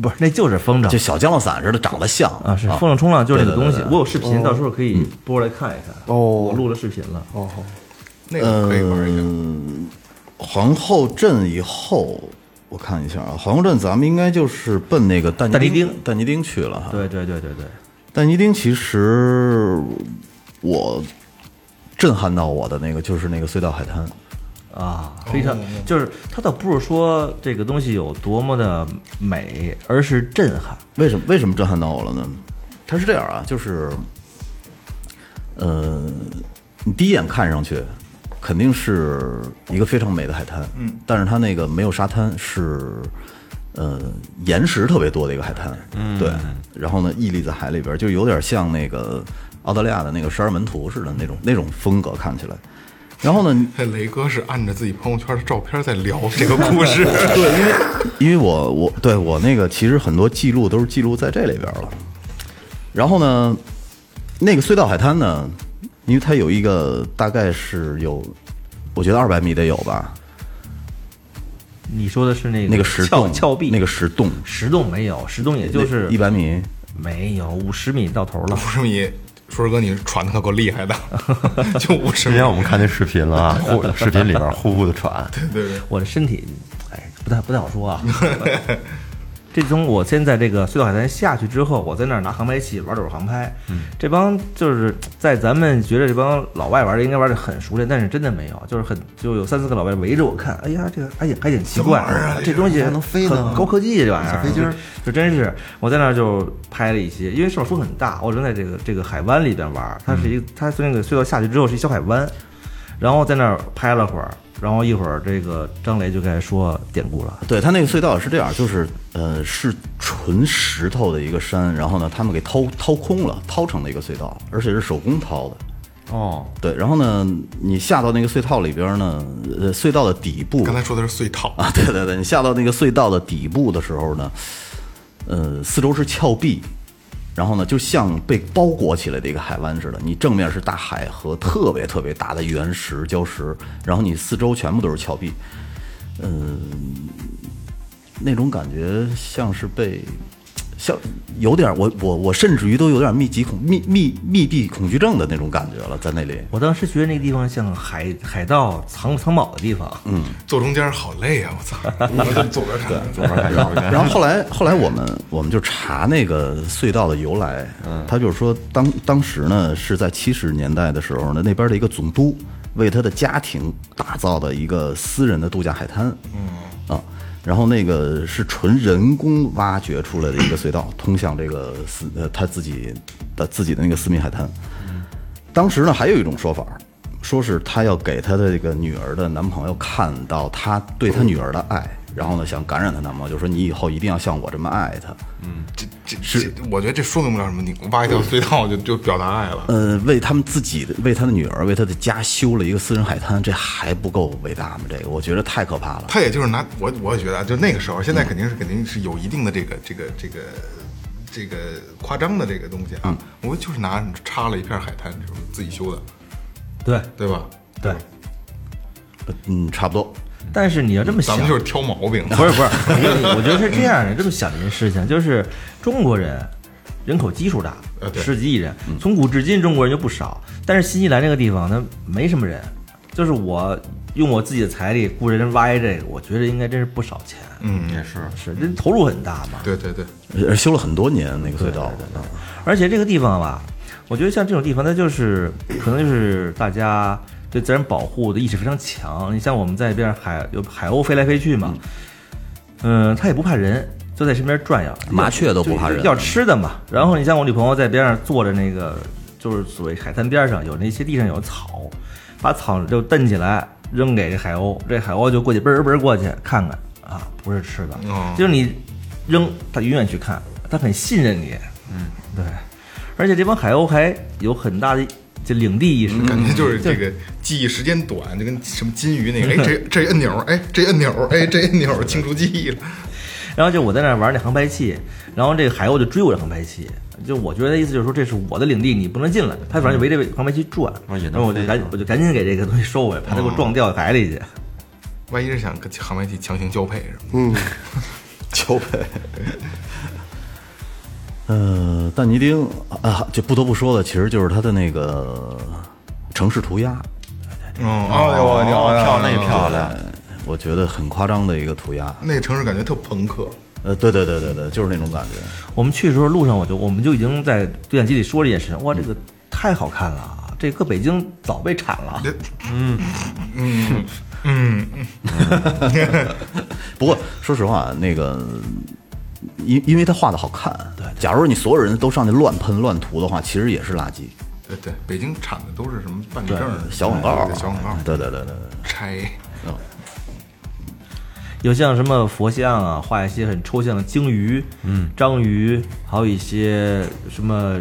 Speaker 3: 不是那就是风筝
Speaker 4: 就小降落伞似的，长得像
Speaker 3: 啊，是风筝冲浪就是那个东西
Speaker 4: 对对对。对
Speaker 3: 我有视频，到时候可以播出来看一看。
Speaker 6: 哦
Speaker 3: 我录了视频了。哦，
Speaker 5: 那
Speaker 4: 嗯
Speaker 5: 个可以玩一下。
Speaker 4: 皇后镇以后，我看一下啊，皇后镇咱们应该就是奔那个但
Speaker 3: 但尼
Speaker 4: 丁
Speaker 3: 丁
Speaker 4: 但尼丁去了哈。
Speaker 3: 对对对对对，
Speaker 4: 但尼丁其实我震撼到我的那个就是那个隧道海滩，
Speaker 3: 啊，非常就是它倒不是说这个东西有多么的美，而是震撼。
Speaker 4: 为什么为什么震撼到我了呢？它是这样啊，就是，呃，你第一眼看上去肯定是一个非常美的海滩，嗯，但是它那个没有沙滩，是呃岩石特别多的一个海滩，嗯，对，然后呢屹立在海里边，就有点像那个澳大利亚的那个十二门徒似的那种那种风格看起来。然后呢，
Speaker 5: 这雷哥是按着自己朋友圈的照片在聊这个故事，
Speaker 4: (laughs) 对，
Speaker 5: (laughs)
Speaker 4: 因为因为我我对我那个其实很多记录都是记录在这里边了。然后呢，那个隧道海滩呢，因为它有一个大概是有，我觉得二百米得有吧，
Speaker 3: 你说的是那个
Speaker 4: 那个石
Speaker 3: 峭
Speaker 4: 洞
Speaker 3: 峭壁
Speaker 4: 那个石洞，
Speaker 3: 石洞没有，石洞也就是
Speaker 4: 一百米。
Speaker 3: 没有五十米到头了。
Speaker 5: 五十米。说哥，你传的可够厉害的，就五十
Speaker 2: 之 (laughs)
Speaker 5: 米
Speaker 2: 前。我们看那视频了 (laughs) 啊，呼视频里边呼呼的喘，
Speaker 5: 对对，
Speaker 3: 我的身体，哎，不太不太好说啊。 (laughs) 这从我先在这个隧道海滩下去之后，我在那儿拿航拍器玩会儿航拍。
Speaker 2: 嗯
Speaker 3: 这帮就是在咱们觉得这帮老外玩的应该玩的很熟练，但是真的没有，就是很就有三四个老外围着我看，哎呀，这个还挺还挺奇怪，啊这东西
Speaker 2: 啊还能飞呢
Speaker 3: 很高科技这玩意儿，啊
Speaker 2: 小飞机儿
Speaker 3: 就真是我在那儿就拍了一些，因为手风很大，我正在这个这个海湾里边玩儿，
Speaker 2: 嗯
Speaker 3: 它是一个它从那个隧道下去之后是一小海湾，然后在那儿拍了会儿，然后一会儿这个张雷就该说典故了。
Speaker 4: 对，它那个隧道是这样，就是呃是纯石头的一个山，然后呢，他们给掏掏空了，掏成的一个隧道，而且是手工掏的。
Speaker 3: 哦，
Speaker 4: 对，然后呢，你下到那个隧道里边呢，呃，隧道的底部
Speaker 5: 刚才说的是隧道，
Speaker 4: (laughs) 啊，对对对，你下到那个隧道的底部的时候呢，呃，四周是峭壁，然后呢，就像被包裹起来的一个海湾似的。你正面是大海和特别特别大的原石、礁石，然后你四周全部都是峭壁，嗯、那种感觉像是被。像有点儿我我我甚至于都有点密集恐密密密闭恐惧症的那种感觉了，在那里。
Speaker 3: 我当时觉得那个地方像海海盗藏藏宝的地方，嗯，
Speaker 5: 坐中间好累啊！
Speaker 2: (laughs)
Speaker 5: 我操，我就左边看，左边看，右边看。
Speaker 4: 然后后来后来我们我们就查那个隧道的由来，他就是说当当时呢是在七十年代的时候呢，那边的一个总督为他的家庭打造的一个私人的度假海滩，嗯啊，然后那个是纯人工挖掘出来的一个隧道，通向这个私呃他自己的自己的那个私密海滩。当时呢，还有一种说法，说是他要给他的这个女儿的男朋友看到他对他女儿的爱，然后呢，想感染她男朋友，就说你以后一定要像我这么爱她。
Speaker 5: 这这这，我觉得这说明不了什么。你挖一条隧道就就表达爱了，
Speaker 2: 嗯
Speaker 4: 呃，为他们自己的、为他的女儿、为他的家修了一个私人海滩，这还不够伟大吗？这个我觉得太可怕了。
Speaker 5: 他也就是拿我，我也觉得，啊，就那个时候，现在肯定是肯定是有一定的这个这个这个这个夸张的这个东西啊。我就是拿插了一片海滩，这种自己修的，
Speaker 3: 对
Speaker 5: 对吧？
Speaker 3: 对。
Speaker 4: 嗯，差不多。
Speaker 3: 但是你要这么想
Speaker 5: 咱，们就是挑毛病，
Speaker 3: (laughs) 不是不是，我觉得我觉得是这样的，这么想这件事情，就是中国人人口基数大
Speaker 5: 呃，对
Speaker 3: 十几亿人，从古至今中国人就不少，但是新西兰这个地方它没什么人，就是我用我自己的财力雇人挖一这个，我觉得应该真是不少钱，
Speaker 5: 嗯，也是，
Speaker 3: 是人投入很大嘛，
Speaker 5: 对对对，
Speaker 4: 呃修了很多年那个隧道，啊
Speaker 3: 而且这个地方吧，我觉得像这种地方，它就是可能就是大家对自然保护的意识非常强。你像我们在一边海有海鸥飞来飞去嘛，嗯、它也不怕人，就在身边转悠，
Speaker 4: 麻雀都不怕人
Speaker 3: 就要吃的嘛。然后你像我女朋友在边上坐着那个，就是所谓海滩边上有那些地上有草，把草就蹬起来扔给这海鸥，这海鸥就过去嘣儿嘣儿过去看看啊，不是吃的，
Speaker 5: 哦
Speaker 3: 就是你扔它永远去看，它很信任你，嗯，对，而且这帮海鸥还有很大的这领地意识，
Speaker 5: 感觉就是这个记忆时间短，就跟什么金鱼那个，哎，这这按钮，哎，这按钮，哎，这按钮，清除记忆了。
Speaker 3: 然后就我在那儿玩那航拍器，然后这个海鸥就追我这航拍器。就我觉得意思就是说，这是我的领地，你不能进来。它反正就围着航拍器转，
Speaker 2: 哦也能
Speaker 3: 然后我就赶紧我就赶紧给这个东西收回，怕它给我撞掉海里
Speaker 2: 哦
Speaker 3: 去。
Speaker 5: 万一是想跟航拍器强行交配是吗？
Speaker 4: 交配。呃，但尼丁啊，就不得不说的，其实就是它的那个城市涂鸦，
Speaker 5: 嗯，哦，我
Speaker 2: 哦，漂
Speaker 5: 那
Speaker 2: 亮漂亮，
Speaker 4: 我觉得很夸张的一个涂鸦。
Speaker 5: 那个城市感觉特朋克，
Speaker 4: 呃，对对对对对，就是那种感觉。
Speaker 3: 我们去的时候路上，我就我们就已经在对讲机里说这件事，哇，这个太好看了啊，这搁北京早被铲了。
Speaker 4: 不过说实话，那个因因为他画的好看，对，假如你所有人都上去乱喷乱涂的话，其实也是垃圾，
Speaker 5: 对呃对，北京产的都是什么办证儿、
Speaker 4: 小广告儿
Speaker 5: 对，小广告儿，
Speaker 4: 对对对对对，
Speaker 5: 拆。
Speaker 3: 有像什么佛像啊，画一些很抽象的鲸鱼、嗯、章鱼，还有一些什么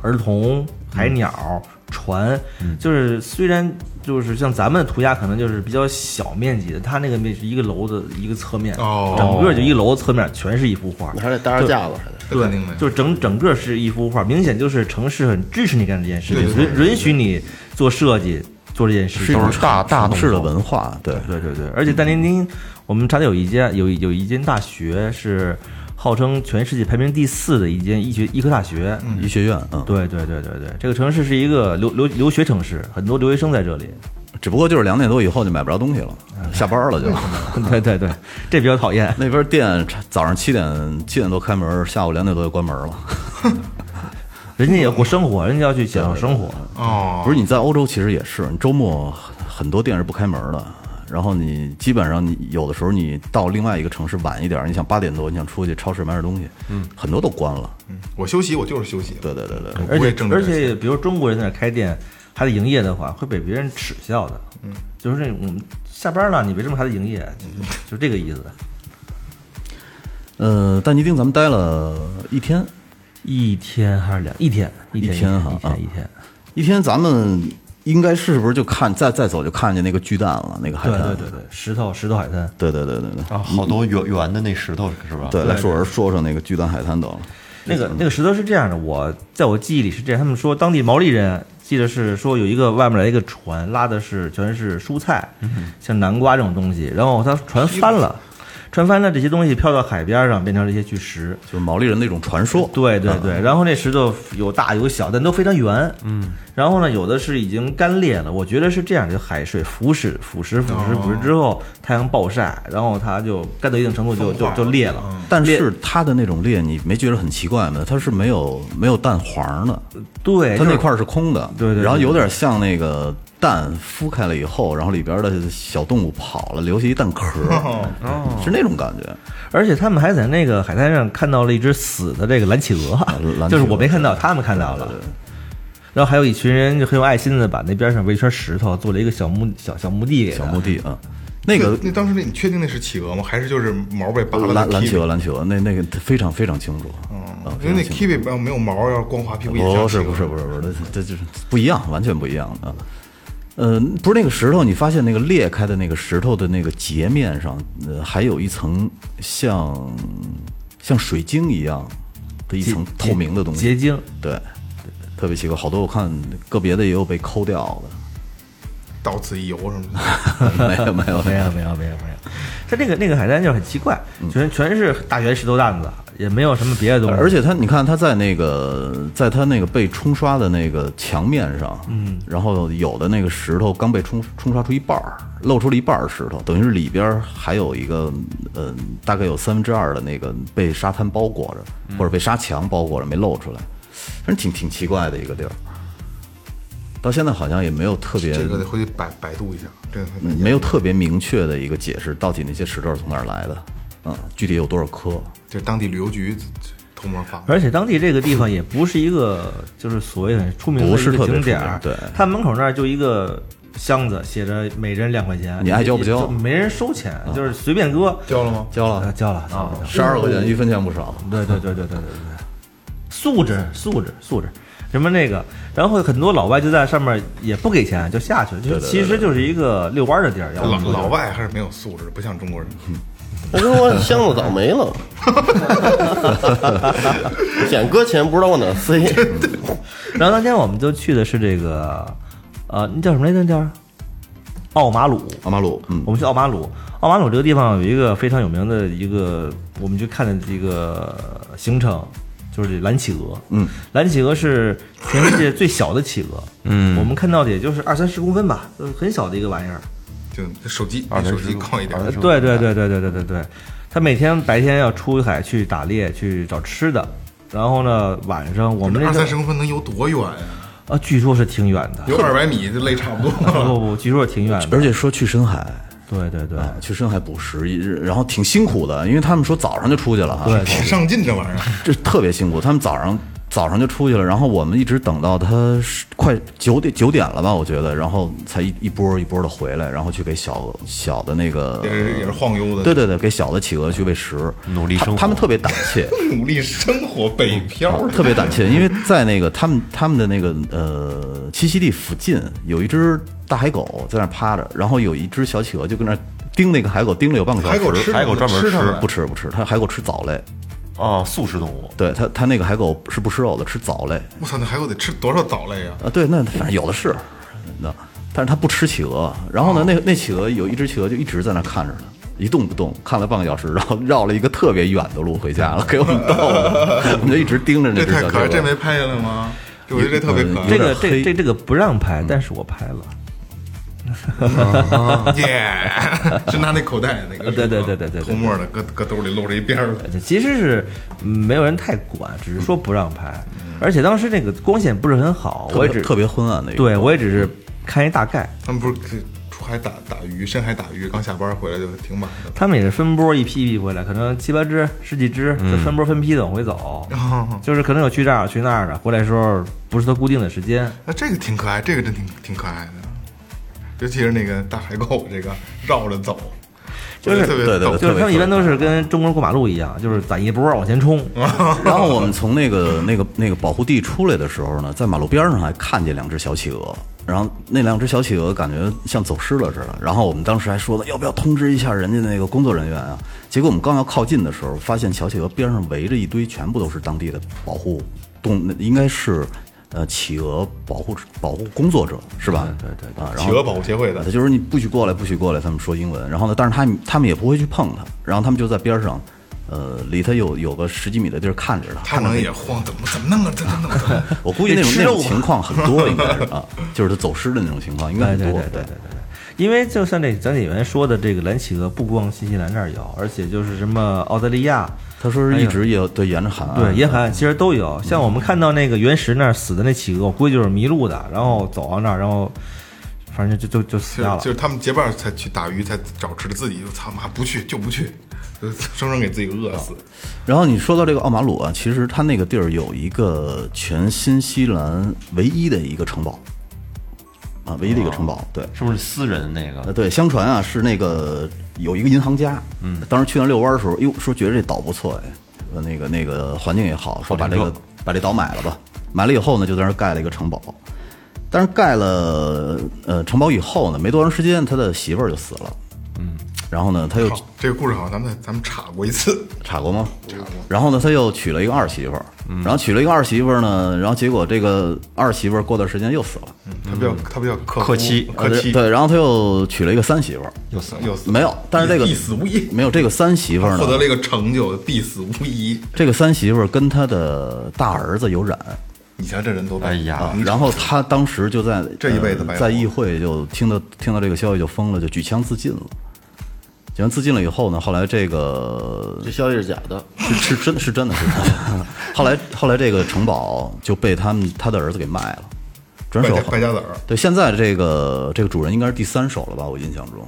Speaker 3: 儿童、海鸟、船，就是虽然就是像咱们涂鸦可能就是比较小面积的，它那个面是一个楼的一个侧面，
Speaker 5: 哦
Speaker 3: 整个就一楼侧面全是一幅画，
Speaker 6: 还得搭着架子，还得
Speaker 5: 这肯定的
Speaker 3: 对，
Speaker 5: 呀
Speaker 3: 就是整整个是一幅画，明显就是城市很支持你干这件事情，允允许你做设计做这件事情，
Speaker 4: 都是大大市的文化，对，
Speaker 3: 对对对，而且但丁丁，我们查的有一家有有一间大学是号称全世界排名第四的一间医学医科大学。
Speaker 4: 医学院，嗯，
Speaker 3: 对对对对对，这个城市是一个留留留学城市，很多留学生在这里。
Speaker 4: 只不过就是两点多以后就买不着东西了，下班了就。
Speaker 3: 对对对，这比较讨厌。
Speaker 4: (laughs) 那边店早上七点七点多开门，下午两点多就关门了。
Speaker 3: 人家也过生活，人家要去享受生活。
Speaker 5: 哦，
Speaker 4: 不是你在欧洲其实也是，你周末很多店是不开门的。然后你基本上你有的时候你到另外一个城市晚一点，你想八点多你想出去超市买点东西，嗯，很多都关了。
Speaker 5: 我休息，我就是休息。
Speaker 4: 对对对对，
Speaker 5: 我
Speaker 3: 而
Speaker 5: 不会
Speaker 3: 且
Speaker 5: 挣这
Speaker 3: 而
Speaker 5: 个钱
Speaker 3: 且，比如中国人在那开店，还得营业的话，会被别人耻笑的。嗯，就是那种下班了，你为什么还得营业？就这个意思。
Speaker 4: 呃，但尼丁咱们待了一天，
Speaker 3: 一天还是两一天？一
Speaker 4: 一
Speaker 3: 天
Speaker 4: 天哈
Speaker 3: 一
Speaker 4: 啊
Speaker 3: 天一天。
Speaker 4: 一天咱们应该是不是就看再再走就看见那个巨蛋了，那个海
Speaker 3: 对
Speaker 4: 滩
Speaker 3: 对，对对，石头石头海滩。
Speaker 4: 对对对对对
Speaker 2: 啊， (laughs) 好多圆圆的那石头是吧？
Speaker 4: 对，来说说说说那个巨蛋海滩等。
Speaker 3: 那
Speaker 4: 嗯
Speaker 3: 个那个石头是这样的，我在我记忆里是这样，他们说当地毛利人记得是说有一个外面来一个船，拉的是全是蔬菜，
Speaker 4: 嗯
Speaker 3: 像南瓜这种东西，然后他船翻了，船翻了这些东西飘到海边上，变成了一些巨石。
Speaker 4: 就是毛利人的一种传说，
Speaker 3: 对对
Speaker 4: 嗯
Speaker 3: 对，然后那石头有大有小，但都非常圆。嗯，然后呢，有的是已经干裂了。我觉得是这样，就海水腐蚀、腐蚀、腐蚀、
Speaker 4: 哦
Speaker 3: 腐蚀之后，太阳暴晒，然后它就干到一定程度就就就裂了。
Speaker 4: 但是它的那种裂，你没觉得很奇怪吗？它是没有没有蛋黄的，
Speaker 3: 对，
Speaker 4: 它
Speaker 3: 就是
Speaker 4: 那块儿是空的，
Speaker 3: 对对对
Speaker 4: 然后有点像那个蛋孵开了以后，然后里边的小动物跑了，留下一蛋壳，
Speaker 5: 哦
Speaker 4: (laughs) 是那种感觉。
Speaker 3: 而且他们还在那个海滩上看到了一只死的这个蓝企
Speaker 4: 啊蓝企鹅
Speaker 3: (laughs) 鹅，就是我没看到，他们看到了。然后还有一群人就很有爱心的把那边上围一圈石头，做了一个小墓小小墓地给它
Speaker 4: 小墓地啊，那个
Speaker 5: 那当时那你确定那是企鹅吗？还是就是毛被拔了
Speaker 4: 蓝
Speaker 5: 的
Speaker 4: 蓝企
Speaker 5: kiwi？
Speaker 4: 鹅，蓝企鹅，那那个非常非常清楚，啊
Speaker 5: 哦因为那
Speaker 4: 非常清楚
Speaker 5: kiwi 要没有毛，要是光滑屁股也像
Speaker 4: 不哦是
Speaker 5: 企鹅
Speaker 4: 不是不是不是，这这就是不一样，完全不一样的。呃，不是那个石头，你发现那个裂开的那个石头的那个截面上，呃，还有一层像像水晶一样的一层
Speaker 3: 结
Speaker 4: 透明的东西，
Speaker 3: 结晶。
Speaker 4: 对，特别奇怪，好多我看个别的也有被抠掉
Speaker 5: 到此一游什么的。
Speaker 4: 的， (laughs) 没有没有
Speaker 3: 没有没有没有没有，它那个那个海滩就是很奇怪，全全是大圆石头蛋子，也没有什么别的东西。
Speaker 4: 而且他，你看他在那个，在他那个被冲刷的那个墙面上，嗯，然后有的那个石头刚被冲冲刷出一半儿，露出了一半儿石头，等于是里边儿还有一个，嗯、大概有三分之二的那个被沙滩包裹着，或者被沙墙包裹着没露出来，反正挺挺奇怪的一个地儿。到现在好像也没有特别
Speaker 5: 这个得回去百百度一下，这个回去百度
Speaker 4: 嗯没有特别明确的一个解释，到底那些石头是从哪儿来的，嗯，具体有多少颗？
Speaker 5: 这当地旅游局偷摸发的。
Speaker 3: 而且当地这个地方也不是一个就是所谓很出名的
Speaker 4: 不是
Speaker 3: 一个
Speaker 4: 特别
Speaker 3: 景点
Speaker 4: 出名
Speaker 3: 儿，
Speaker 4: 对
Speaker 3: 它门口那儿就一个箱子，写着每人两块钱，
Speaker 4: 你爱交不交啊
Speaker 3: 也就没人收钱，就是随便搁。
Speaker 5: 交了吗？
Speaker 4: 交
Speaker 3: 啊，交了啊，
Speaker 4: (laughs) 十二块钱一分钱不少。
Speaker 3: 对对对对对对对对，素质素质素质，什么那个，然后很多老外就在上面也不给钱就下去，了，就是其实就是一个遛弯儿的地儿，要
Speaker 5: 老
Speaker 3: 不说就是
Speaker 5: 老外还是没有素质，不像中国人。
Speaker 6: 我跟我箱子早没了，捡搁钱不知道往哪儿塞。
Speaker 3: 然后当天我们就去的是这个，呃，那叫什么来着？那叫奥马鲁。
Speaker 4: 阿马鲁，嗯，
Speaker 3: 我们去奥马鲁，奥马鲁这个地方有一个非常有名的一个，我们去看的一个行程，就是蓝企鹅。嗯，蓝企鹅是全世界最小的企鹅。嗯，我们看到的也就是二三十公分吧，就是很小的一个玩意儿。呃
Speaker 5: 就手机比手机高一点，
Speaker 3: 对对对对对对对对，他每天白天要出海去打猎去找吃的，然后呢晚上我们那
Speaker 5: 二
Speaker 3: 个
Speaker 5: 三十公分能游多远呀？
Speaker 3: 啊，据说是挺远的，
Speaker 5: 游二百米就累差不多
Speaker 3: 不
Speaker 5: 了。
Speaker 3: 不不，据说是挺远的
Speaker 4: 而，且说去深海。
Speaker 3: 对对对。
Speaker 4: 啊，去深海捕食一日，然后挺辛苦的，因为他们说早上就出去了哈，(laughs)
Speaker 3: 对
Speaker 5: 挺上劲这玩意儿，
Speaker 4: 这特别辛苦。他们早上早上就出去了，然后我们一直等到他是快九点九点了吧，我觉得，然后才一一波一波的回来，然后去给小小的那个
Speaker 5: 也是也是晃悠的。
Speaker 4: 对对对，给小的企鹅去喂食，
Speaker 2: 努力
Speaker 4: 他
Speaker 2: 生活
Speaker 4: 他们特别胆怯，
Speaker 5: 努力生活北漂，
Speaker 4: 嗯特别胆怯，因为在那个他们他们的那个呃栖息地附近有一只大海狗在那儿趴着，然后有一只小企鹅就跟那儿盯那个海狗盯了有半个小
Speaker 5: 海
Speaker 4: 时，
Speaker 5: 狗吃
Speaker 2: 海狗专门
Speaker 5: 吃上
Speaker 2: 吃
Speaker 5: 来
Speaker 4: 不吃不吃，它海狗吃藻类，
Speaker 2: 啊，素食动物，
Speaker 4: 对它它那个海狗是不吃肉的，吃藻类
Speaker 5: 我操，那海狗得吃多少藻类啊？
Speaker 4: 啊，对，那反正有的是，那但是它不吃企鹅，然后呢，那那企鹅有一只企鹅就一直在那儿看着它。一动不动，看了半个小时，然后绕了一个特别远的路回家了，给我们逗的，我们就一直盯着那
Speaker 5: 这
Speaker 4: 只
Speaker 5: 太
Speaker 4: 小企
Speaker 5: 可爱，
Speaker 4: 鹅。
Speaker 5: 这没拍下来吗？这我觉得这特别可爱。
Speaker 4: 有
Speaker 3: 这
Speaker 4: 点
Speaker 3: 个这
Speaker 4: 黑嗯
Speaker 3: 这这个不让拍，但是我拍了。
Speaker 5: 耶，是拿那口袋那个，
Speaker 3: 对对对对对对
Speaker 5: 偷摸的搁搁兜里露着一边儿的，
Speaker 3: 其实是嗯没有人太管，只是说不让拍，而且当时那个光线不是很好，
Speaker 4: 嗯特
Speaker 3: 我也
Speaker 4: 别
Speaker 3: 只
Speaker 4: 特别嗯昏暗的一个。
Speaker 3: 对我也只是看一大概。
Speaker 5: 他们不是出海打打鱼，深海打鱼，刚下班回来就挺晚的。 (laughs)
Speaker 3: 他们也是分波一批一批回来，可能七八只、十几只，
Speaker 4: 嗯
Speaker 3: 就分波分批的往回走，就是可能有去这儿、有去那儿的，回来的时候不是他固定的时间。
Speaker 5: 那这个挺可爱，这个真挺挺可爱的，尤其是那个大海狗，这个绕着走，
Speaker 3: 就是
Speaker 5: 我觉得特别
Speaker 4: 对对
Speaker 5: 逗
Speaker 4: 对
Speaker 3: 就是他们一般都是跟中国人过马路一样，就是攒一波往前冲。
Speaker 4: 嗯 (laughs) 然后我们从那个那个那个保护地出来的时候呢，在马路边上还看见两只小企鹅，然后那两只小企鹅感觉像走失了似的。然后我们当时还说呢，要不要通知一下人家那个工作人员啊？结果我们刚要靠近的时候，发现小企鹅边上围着一堆，全部都是当地的保护动，那应该是。呃，企鹅保护保护工作者是吧？对对对啊，然后
Speaker 5: (laughs) 企鹅保护协会的
Speaker 4: 他就是你不许过来，不许过来，他们说英文。然后呢，但是他们他们也不会去碰它，然后他们就在边上，呃，离它有有个十几米的地儿看着它，
Speaker 5: 他能也晃，怎么怎么弄啊？怎么弄啊？怎么
Speaker 4: (laughs)
Speaker 5: 弄啊
Speaker 4: 我估计那种那种情况很
Speaker 3: (laughs)
Speaker 4: 多，应该是啊，就是他走失的那种情况应该
Speaker 3: 对
Speaker 4: 很
Speaker 3: 对对
Speaker 4: 多
Speaker 3: 对。对对对，因为就像这讲解员说的，这个蓝企鹅不光新西兰这儿有，而且就是什么澳大利亚，
Speaker 4: 他说是一直也对沿着海岸，
Speaker 3: 哎对，沿海岸其实都有。像我们看到那个原石那儿死的那企鹅，我估计就是迷路的，然后走到那儿，然后反正就就就死
Speaker 5: 就是
Speaker 3: 掉了
Speaker 5: 就。是他们结伴才去打鱼，才找吃的，自己就操妈不去就不去，就生生给自己饿死。
Speaker 4: 然后你说到这个奥马鲁啊，其实它那个地儿有一个全新西兰唯一的一个城堡，啊，唯一的一个城堡，对。
Speaker 2: 是不是私人那 (laughs)
Speaker 4: 呃，
Speaker 2: 个？
Speaker 4: 对，相传啊是那个有一个银行家，嗯，当时去那遛弯儿的时候，哟，说觉得这岛不错哎，呃，那个那个环境也好，说把这个把这岛买了吧，买了以后呢，就在那儿盖了一个城堡，但是盖了呃城堡以后呢，没多长时间，他的媳妇儿就死了，嗯，然后呢，他又
Speaker 5: 好，这个故事好像咱们在咱们查过一次，
Speaker 4: 查过吗？查过。然后呢，他又娶了一个二媳妇儿，然后娶了一个二媳妇儿呢，然后结果这个二媳妇儿过段时间又死了，呃
Speaker 5: 他比较
Speaker 4: 嗯
Speaker 5: 他比较
Speaker 2: 客
Speaker 5: 客客
Speaker 2: 气
Speaker 5: 客气，
Speaker 4: 对，然后他又娶了一个三媳妇儿，
Speaker 5: 有死有死
Speaker 4: 没有，但是这个
Speaker 5: 必死无疑，
Speaker 4: 没有这个三媳妇儿呢，
Speaker 5: 获得了一个成就，必死无疑。
Speaker 4: 这个三媳妇儿跟她的大儿子有染
Speaker 5: 你瞧这人多
Speaker 2: 哎呀
Speaker 4: 啊，然后她当时就在
Speaker 5: 嗯这一辈子白活
Speaker 4: 呃在议会就听到听到这个消息就疯了，就举枪自尽了。举枪自尽了以后呢，后来这个
Speaker 6: 这消息是假的，
Speaker 4: 是是真是真的是真
Speaker 5: (laughs)
Speaker 4: 的，后来后来这个城堡就被他们他的儿子给卖了，转
Speaker 5: 败
Speaker 4: 手
Speaker 5: 家
Speaker 4: 好
Speaker 5: 败家子儿，
Speaker 4: 对，现在这个这个主人应该是第三手了吧？我印象中，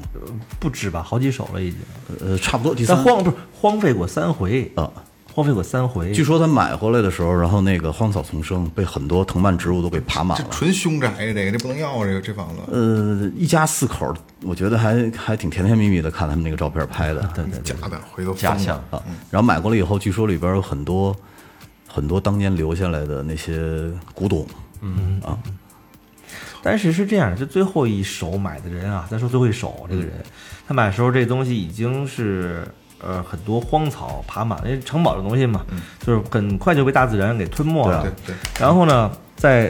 Speaker 3: 不止吧，好几手了已经。
Speaker 4: 呃，差不多第
Speaker 3: 但
Speaker 4: 三。
Speaker 3: 荒不是荒废过三回
Speaker 4: 啊，
Speaker 3: 荒废过三回。
Speaker 4: 据说他买回来的时候，然后那个荒草丛生，被很多藤蔓植物都给爬满
Speaker 5: 这
Speaker 4: 了。
Speaker 5: 纯凶宅呀，这个这不能要啊，这个这房子。
Speaker 4: 呃，一家四口儿，我觉得还还挺甜甜蜜蜜的，看他们那个照片拍的
Speaker 3: (laughs) 对对对
Speaker 5: 假的，回头
Speaker 2: 假
Speaker 5: 疯
Speaker 2: 象
Speaker 5: 了。
Speaker 4: 啊。然后买过来以后，据说里边有很多很多当年留下来的那些古董，嗯啊，
Speaker 3: 但是是这样，就最
Speaker 5: 嗯
Speaker 3: 后一手买的人啊，咱说最后一手这个人，他买的时候这东西已经是呃很多荒草爬满，因为城堡这东西嘛，就是很快就被大自然给吞没了。
Speaker 5: 嗯对对
Speaker 3: 然后呢，在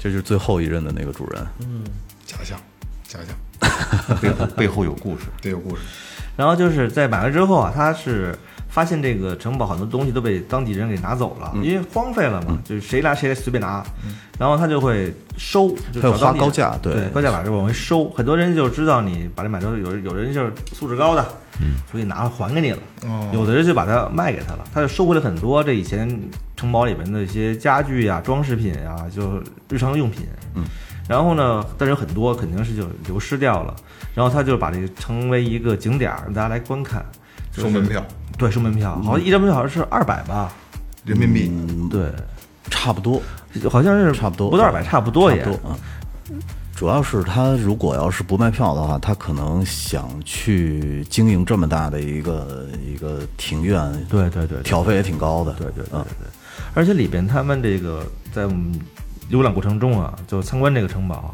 Speaker 4: 这就是最后一任的那个主人，
Speaker 5: 假象，假象，
Speaker 2: 背后背后有故事。
Speaker 5: 对，有故事。
Speaker 3: 然后就是在买了之后啊，他是发现这个城堡很多东西都被当地人给拿走
Speaker 4: 嗯
Speaker 3: 了，因为荒废了嘛，就是谁拿谁来随便拿，然后他就会收，就
Speaker 4: 他要
Speaker 3: 找当地
Speaker 4: 花高
Speaker 3: 人
Speaker 4: 价
Speaker 3: 对
Speaker 4: 对
Speaker 3: 高价把这往回收。很多人就知道你把这买走，有人有人就是素质高的，
Speaker 4: 嗯
Speaker 3: 所以拿了还给你了，有的人就把它卖给他了，他就收回了很多这以前城堡里面的一些家具呀、装饰品呀，就日常用品，嗯。然后呢，但是有很多肯定是就流失掉了。然后他就把这个成为一个景点儿，让大家来观看。就是
Speaker 5: 收门票，
Speaker 3: 对，收门票，好
Speaker 4: 嗯
Speaker 3: 像一张门票好像是二百吧？
Speaker 5: 人民币，
Speaker 3: 对，
Speaker 4: 差不多，
Speaker 3: 好像
Speaker 4: 嗯
Speaker 3: 是
Speaker 4: 差不多，
Speaker 3: 不到二百，差不多也。
Speaker 4: 差不多啊。主要是他如果要是不卖票的话，他可能想去经营这么大的一个一个庭院，
Speaker 3: 对对对对
Speaker 4: 挑费也挺高的，
Speaker 3: 对对对对
Speaker 4: 嗯
Speaker 3: 对，而且里边他们这个在我们浏览过程中啊，就参观这个城堡，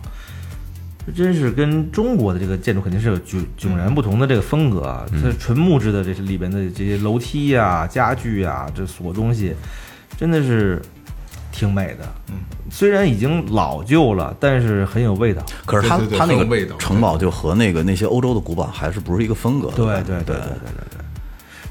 Speaker 3: 真是跟中国的这个建筑肯定是有迥迥然不同的这个风格啊。它纯木质的这是里边的这些楼梯啊、家具啊，这所有东西真的是挺美的。嗯，虽然已经老旧了，但是很有味道。
Speaker 4: 可是他
Speaker 5: 对对对
Speaker 4: 他那
Speaker 5: 很有味道
Speaker 4: 个城堡就和那个那些欧洲的古堡还是不是一个风格的，
Speaker 3: 对对对对对对对。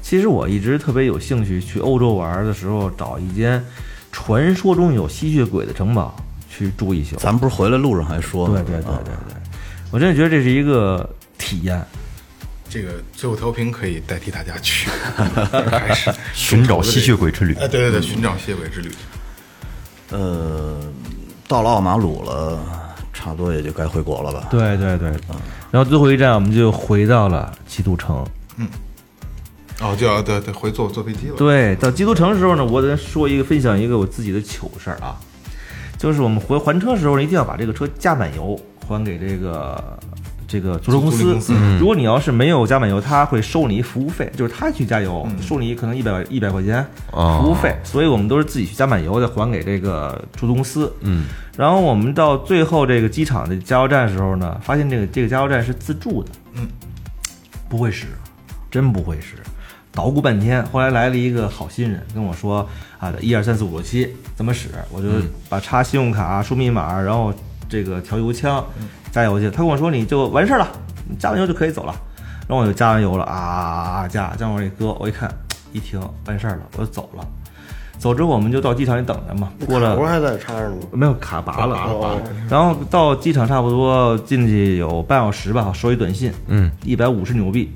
Speaker 3: 其实我一直特别有兴趣去欧洲玩的时候，找一间传说中有吸血鬼的城堡去住一宿。
Speaker 4: 咱们不是回来路上还说呢
Speaker 3: 对对对对
Speaker 4: 啊
Speaker 3: 对对，我真的觉得这是一个体验。
Speaker 5: 这个最后调频可以代替大家 (laughs) 去，还是
Speaker 2: 寻找吸血鬼之旅
Speaker 5: 哎，对对对，寻找吸血鬼之旅。
Speaker 4: 呃，到了奥马鲁了，差不多也就该回国了吧？
Speaker 3: 对对对，嗯然后最后一站我们就回到了基督城。
Speaker 5: 哦，就要对对回坐坐飞机了。
Speaker 3: 对，到基督城的时候呢，我得说一个分享一个我自己的糗事儿啊，就是我们回还车的时候呢，一定要把这个车加满油还给这个这个租车公
Speaker 5: 租赁
Speaker 3: 司。
Speaker 5: 公司
Speaker 3: 嗯、如果你要是没有加满油，他会收你服务费，就是他去加油、
Speaker 5: 嗯
Speaker 3: 收你可能一百一百块钱
Speaker 2: 哦
Speaker 3: 服务费，所以我们都是自己去加满油再还给这个出租公司。嗯，然后我们到最后这个机场的加油站的时候呢，发现这个这个加油站是自助的。不会使，真不会使，捣鼓半天。后来来了一个好心人跟我说啊，一二三四五六七怎么使？我就把插信用卡、输密码，然后这个调油枪加油去。他跟我说你就完事儿了，你加完油就可以走了。然后我就加完油了啊啊啊加加完我一搁，我一看一停完事儿了，我就走了。走之后我们就到机场里等着嘛，过了
Speaker 6: 不是还在插着呢吗？
Speaker 3: 没有卡拔了，啊然后到机场差不多进去有半小时吧，收一短信，嗯，一百五十纽币。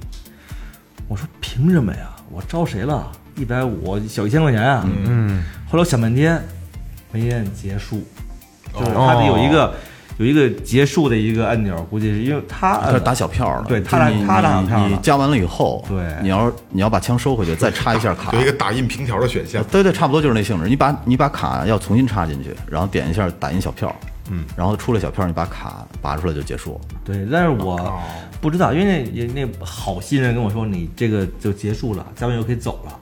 Speaker 3: 我说凭什么呀？我招谁了？一百五小一千块钱啊！嗯，后来我想半天，没按结束，就是他得有一
Speaker 4: 哦
Speaker 3: 个、有一个结束的一个按钮，估计是因为他
Speaker 4: 他
Speaker 3: 按
Speaker 4: 是
Speaker 3: 了
Speaker 4: 打小票了，
Speaker 3: 对
Speaker 4: 就
Speaker 3: 他打
Speaker 4: 你
Speaker 3: 他打小票了
Speaker 4: 你加完了以后，
Speaker 3: 对
Speaker 4: 你要你要把枪收回去，再插一下卡呃
Speaker 5: 有，一个打印凭条的选项，
Speaker 4: 对对，差不多就是那性质。你把你把卡要重新插进去，然后点一下打印小票，嗯，然后出了小票，你把卡拔出来就结束了。
Speaker 3: 对，但是
Speaker 4: 哦
Speaker 3: 我不知道，因为那那那好心人跟我说你这个就结束了，加完油可以走了。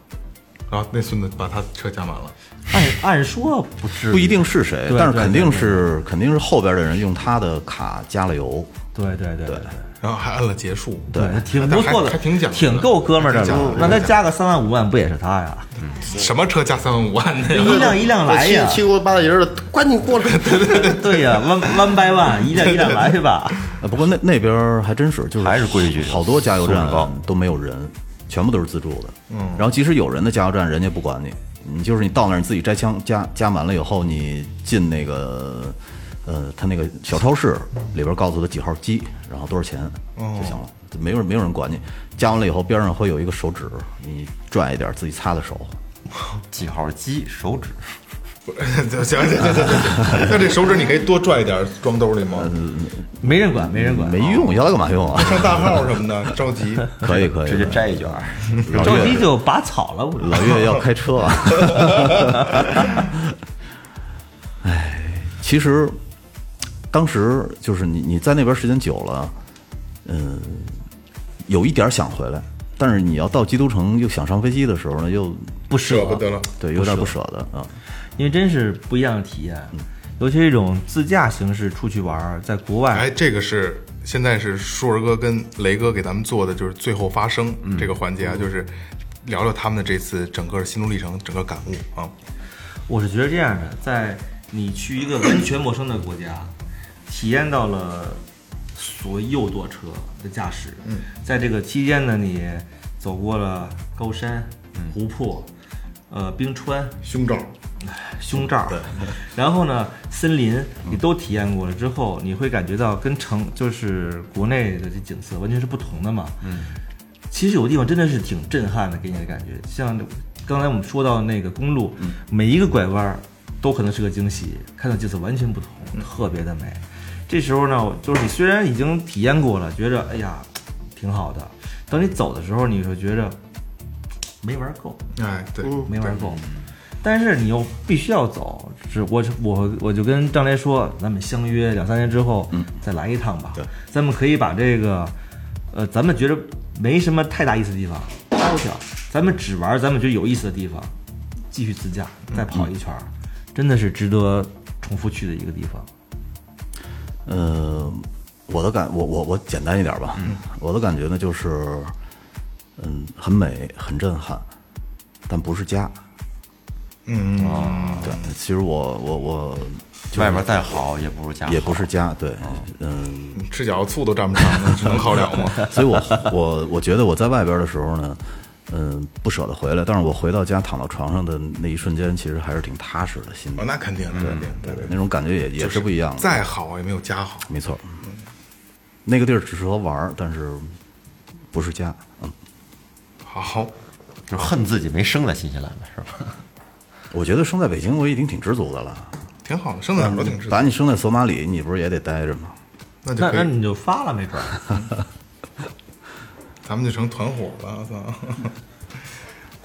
Speaker 5: 然啊后那孙子把他车加满了，
Speaker 3: 按按说不至于，
Speaker 4: 不一定是谁，
Speaker 3: 对
Speaker 4: 但是
Speaker 3: 对
Speaker 4: 肯
Speaker 3: 对
Speaker 4: 定
Speaker 3: 对
Speaker 4: 是肯定是后边的人用他的卡加了油，
Speaker 3: 对对对对对。
Speaker 5: 然后还按了结束。
Speaker 3: 对，挺不错的，
Speaker 5: 还还挺讲究的
Speaker 3: 够哥们儿的
Speaker 5: 还挺讲
Speaker 3: 了
Speaker 5: 究。的
Speaker 3: 那他加个三万五万不也是他呀？
Speaker 5: 什么车加三万五万的呀？
Speaker 3: 一辆一辆来呀
Speaker 6: 七，七国八大姨儿的，赶紧过来！
Speaker 3: 对呀，one one by one，一辆一辆来吧。
Speaker 4: 呃，不过那那边儿还真是，就是
Speaker 2: 还是规矩
Speaker 4: 好多加油
Speaker 2: 素
Speaker 4: 站
Speaker 2: 质高
Speaker 4: 都没有人，全部都是自助的。嗯，然后即使有人的加油站，人家不管你，你就是你到那儿你自己摘枪加加满了以后，你进那个呃他那个小超市里边告诉他几号机，然后多少钱
Speaker 2: 哦
Speaker 4: 就行了，没有人没有人管你。加完了以后，边上会有一个手指，你拽一点自己擦擦手。
Speaker 2: 几号机手指？
Speaker 5: 行行行行行，那这手指你可以多拽一点装兜里吗？
Speaker 3: 嗯没人管，没人管，
Speaker 4: 没用，要它干嘛用啊？ (laughs)
Speaker 5: 上大号什么的，着急。
Speaker 4: 可以可以，
Speaker 2: 直接摘一卷儿。
Speaker 3: (laughs)
Speaker 4: 老
Speaker 3: 着
Speaker 4: 岳
Speaker 3: 急就拔草了。我
Speaker 4: 老岳要开车 (laughs) 啊！哎，其实当时就是你你在那边时间久了，嗯，有一点儿想回来，但是你要到基督城又想上飞机的时候呢，又
Speaker 3: 不舍
Speaker 5: 舍不得了
Speaker 4: 对有点不舍得啊。
Speaker 3: 因为真是不一样的体验，尤其是一种自驾形式出去玩儿，在国外
Speaker 5: 哎，这个是现在是舒儿哥跟雷哥给咱们做的就是最后发声
Speaker 3: 嗯
Speaker 5: 这个环节啊，就是聊聊他们的这次整个心路历程、整个感悟啊。
Speaker 3: 我是觉得这样的，在你去一个完全陌生的国家，体验到了所右舵车的驾驶，嗯，在这个期间呢，你走过了高山、湖泊，呃，冰川、
Speaker 6: 胸罩，
Speaker 3: 胸罩， (laughs) 然后呢，森林你都体验过了之后，你会感觉到跟城就是国内的这景色完全是不同的嘛。嗯，其实有的地方真的是挺震撼的，给你的感觉，像刚才我们说到那个公路，每一个拐弯儿都可能是个惊喜，看到景色完全不同，特别的美。这时候呢，就是你虽然已经体验过了，觉着哎呀挺好的，等你走的时候，你会觉着没玩够，
Speaker 5: 哎，对，
Speaker 3: 嗯没玩够。但是你又必须要走，是我我我就跟张雷说，咱们相约两三年之后
Speaker 5: 嗯
Speaker 3: 再来一趟吧。对，咱们可以把这个，呃，咱们觉得没什么太大意思的地方抛掉，咱们只玩咱们觉得有意思的地方，继续自驾再跑一圈儿，真的是值得重复去的一个地方。
Speaker 4: 呃，我的感我我我简单一点吧，我的感觉呢就是，嗯，很美，很震撼，但不是家。嗯，对，其实我我我就是
Speaker 2: 哦外面再好也不如家哦好，
Speaker 4: 也不是家，对，嗯，
Speaker 5: 吃饺子醋都蘸不上， (laughs) 那能好了
Speaker 3: (laughs)
Speaker 5: 吗？
Speaker 4: 所以我 (laughs) 我我觉得我在外边的时候呢，嗯，不舍得回来，但是我回到家躺到床上的那一瞬间，其实还是挺踏实的心里
Speaker 5: 哦，，那肯定，
Speaker 3: 嗯
Speaker 5: 那肯定，对对，
Speaker 4: 那种感觉也也是不一样的。
Speaker 5: 再好啊也没有家好。
Speaker 4: 没错，那个地儿只适合玩儿，但是不是家。嗯，
Speaker 5: 好，
Speaker 2: 就恨自己没生在新西兰了，是吧？
Speaker 4: 我觉得生在北京，我已经挺知足的了。
Speaker 5: 挺好的，生在哪儿都嗯挺知足
Speaker 4: 把，你生在索马里，你不是也得待着吗？
Speaker 5: 那就
Speaker 3: 嗯那
Speaker 5: 可
Speaker 3: 那
Speaker 5: 以，
Speaker 3: 你就发了，没准儿。
Speaker 5: 咱们就成团伙了，我 (laughs) 操，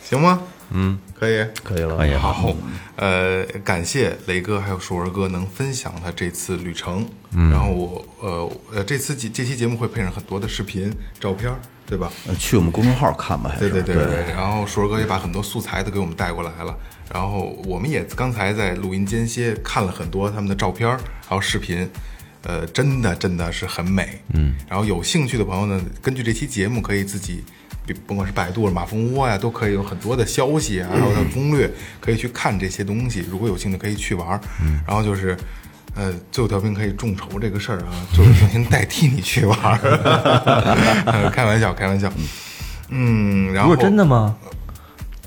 Speaker 5: 行吗？嗯，可以，
Speaker 4: 可以了，
Speaker 6: 哎
Speaker 2: 可
Speaker 4: 哎
Speaker 2: 以了
Speaker 5: 好，呃，感谢雷哥还有硕儿哥能分享他这次旅程。嗯，然后我呃呃，这次节这期节目会配上很多的视频、照片儿，对吧？
Speaker 4: 呃去我们公众号看吧。还
Speaker 5: 对对
Speaker 4: 是
Speaker 5: 对对。然后硕儿哥也把很多素材都给我们带过来了。然后我们也刚才在录音间歇看了很多他们的照片儿，还有视频。呃，真的真的是很美，嗯。然后有兴趣的朋友呢，根据这期节目可以自己，比甭管是百度、马蜂窝呀、都可以有很多的消息啊，还有它的攻略，可以去看这些东西。如果有兴趣可以去玩儿。然后就是，呃，最后调频可以众筹这个事儿啊，就是重新代替你去玩儿。呃 (laughs) 开玩笑，开玩笑。嗯，然
Speaker 3: 不
Speaker 5: 后
Speaker 3: 是真
Speaker 5: (laughs)
Speaker 3: 的吗？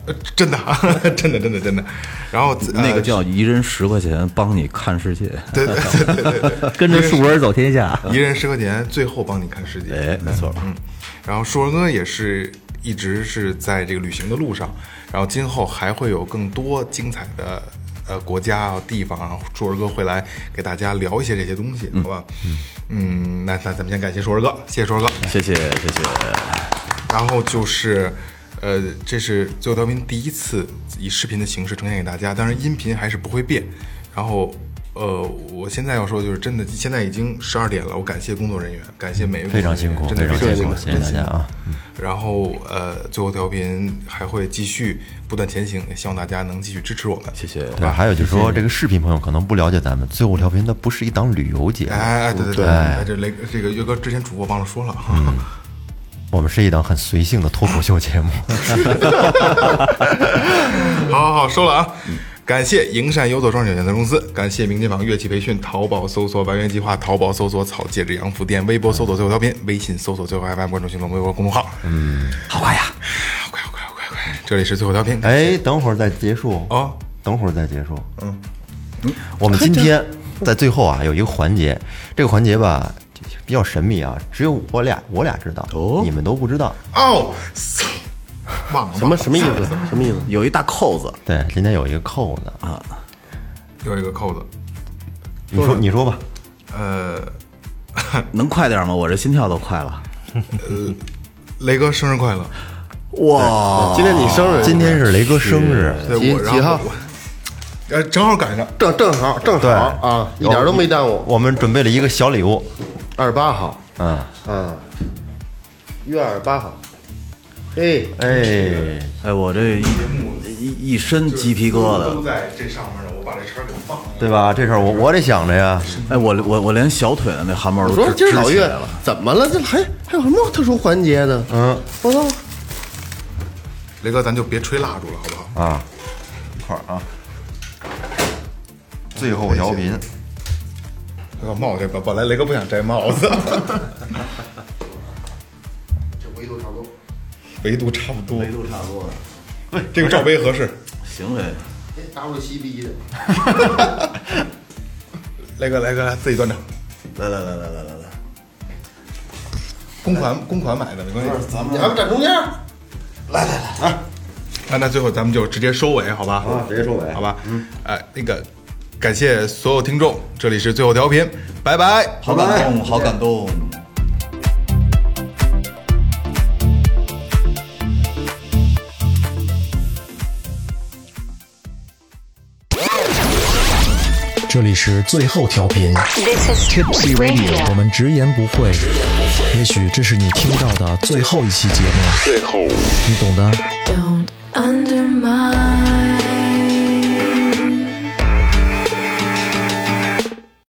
Speaker 5: 呃真的，真的，真的，真的。然后呃
Speaker 4: 那个叫一人十块钱帮你看世界。
Speaker 5: 对对对对对对，
Speaker 3: 跟着树根走天下。
Speaker 5: 一人十块钱，最后帮你看世界。
Speaker 4: 哎，没错，
Speaker 5: 然后舒儿哥也是一直是在这个旅行的路上，然后今后还会有更多精彩的呃国家啊地方啊，舒儿哥会来给大家聊一些这些东西，好吧？嗯，那那咱们先感谢舒儿哥，谢谢舒儿哥。
Speaker 4: 谢谢谢谢。
Speaker 5: 然后就是，呃，这是最后调频第一次以视频的形式呈现给大家，当然音频还是不会变。然后，呃，我现在要说就是真的，现在已经十二点了，我感谢工作人员，感谢每一位
Speaker 2: 非常
Speaker 5: 工
Speaker 2: 辛
Speaker 5: 作人员
Speaker 2: 苦，
Speaker 5: 真的
Speaker 2: 非常
Speaker 5: 非常
Speaker 2: 辛苦，
Speaker 5: 辛
Speaker 2: 谢谢大家啊！
Speaker 5: 然后，呃，最后调频还会继续不断前行，也希望大家能继续支持我们。
Speaker 4: 谢谢
Speaker 2: 对，还有就是说，这个视频朋友可能不了解咱们最后调频，它不是一档旅游节目，
Speaker 5: 哎哎，对对对，哎这雷这个岳哥之前主播忘了说了，
Speaker 2: 嗯我们是一档很随性的脱口秀节 (laughs) 目。
Speaker 5: (laughs) 好好好，收了啊！感谢营山优作装饰有限责任公司，感谢明琴坊乐器培训，淘宝搜索“完原计划”，淘宝搜索“草戒指洋服店”，微博搜索“最后调频”，微信搜索“最后 FM”，关注新浪微博公众号。嗯，好快呀！好快，好快，好快，好快！这里是最后调频。
Speaker 2: 哎，等会儿再结束
Speaker 5: 哦，
Speaker 2: 等会儿再结束。嗯，我们今天在最后啊有一个环节，这个环节吧比较神秘啊，只有我俩我俩知道，你们都不知道。
Speaker 5: 哦，忘了
Speaker 6: 什么什么意思？什么意思？
Speaker 4: 有一大扣子，
Speaker 2: 对，今天有一个扣子，
Speaker 5: 有一个扣子，
Speaker 2: 你说你说吧，
Speaker 5: 呃，
Speaker 4: 能快点吗？我这心跳都快了。
Speaker 5: 雷哥生日快乐！
Speaker 4: 哇，
Speaker 6: 今天你生日，
Speaker 2: 今天是雷哥生日，
Speaker 5: 对
Speaker 6: 几
Speaker 5: 我，然
Speaker 6: 几
Speaker 5: 后
Speaker 6: 号
Speaker 5: 我呃，正好赶上，
Speaker 6: 正正好正好
Speaker 2: 对
Speaker 6: 啊，一点都没耽误。
Speaker 2: 我们准备了一个小礼物，
Speaker 6: 二十八号，
Speaker 2: 嗯，
Speaker 6: 嗯，约二十八号。嘿，
Speaker 2: 哎，
Speaker 4: 哎，我这一一一身鸡皮疙瘩
Speaker 5: 都。在这上面呢，我把这圈给放了。
Speaker 2: 对吧？这事儿我我得想着呀。
Speaker 4: 哎，我我我连小腿的那汗毛
Speaker 6: 我
Speaker 4: 都
Speaker 6: 说
Speaker 4: 支
Speaker 6: 今
Speaker 4: 支
Speaker 6: 儿老
Speaker 4: 起
Speaker 6: 岳
Speaker 4: 来了。
Speaker 6: 怎么了？这还还有什么特殊环节呢？嗯，我操，
Speaker 5: 雷哥，咱就别吹蜡烛了，好不好？
Speaker 2: 啊，一块儿啊。最后调频，
Speaker 5: 把帽子摘吧，本来雷哥不想摘帽 (laughs) 子，这维度差不多，维度差不多，维度差不多这个罩杯合适。
Speaker 4: 行为，
Speaker 6: w c b 的，
Speaker 5: 雷哥，雷哥，自己端着，
Speaker 4: 来来来来来来来，
Speaker 5: 公款公款买的，没关系。咱
Speaker 6: 你还不站中间？
Speaker 5: 那那最后咱们就直接收尾，好吧？啊，直接收尾，好吧？嗯，哎，那个，感谢所有听众，这里是最后调频，拜拜。
Speaker 4: 好感动，好感动。
Speaker 7: 这里是最后调频，
Speaker 8: This is Tipsy Radio.
Speaker 7: 我们直言不讳，也许这是你听到的最后一期节目，最后，你懂的。
Speaker 9: Don't undermine.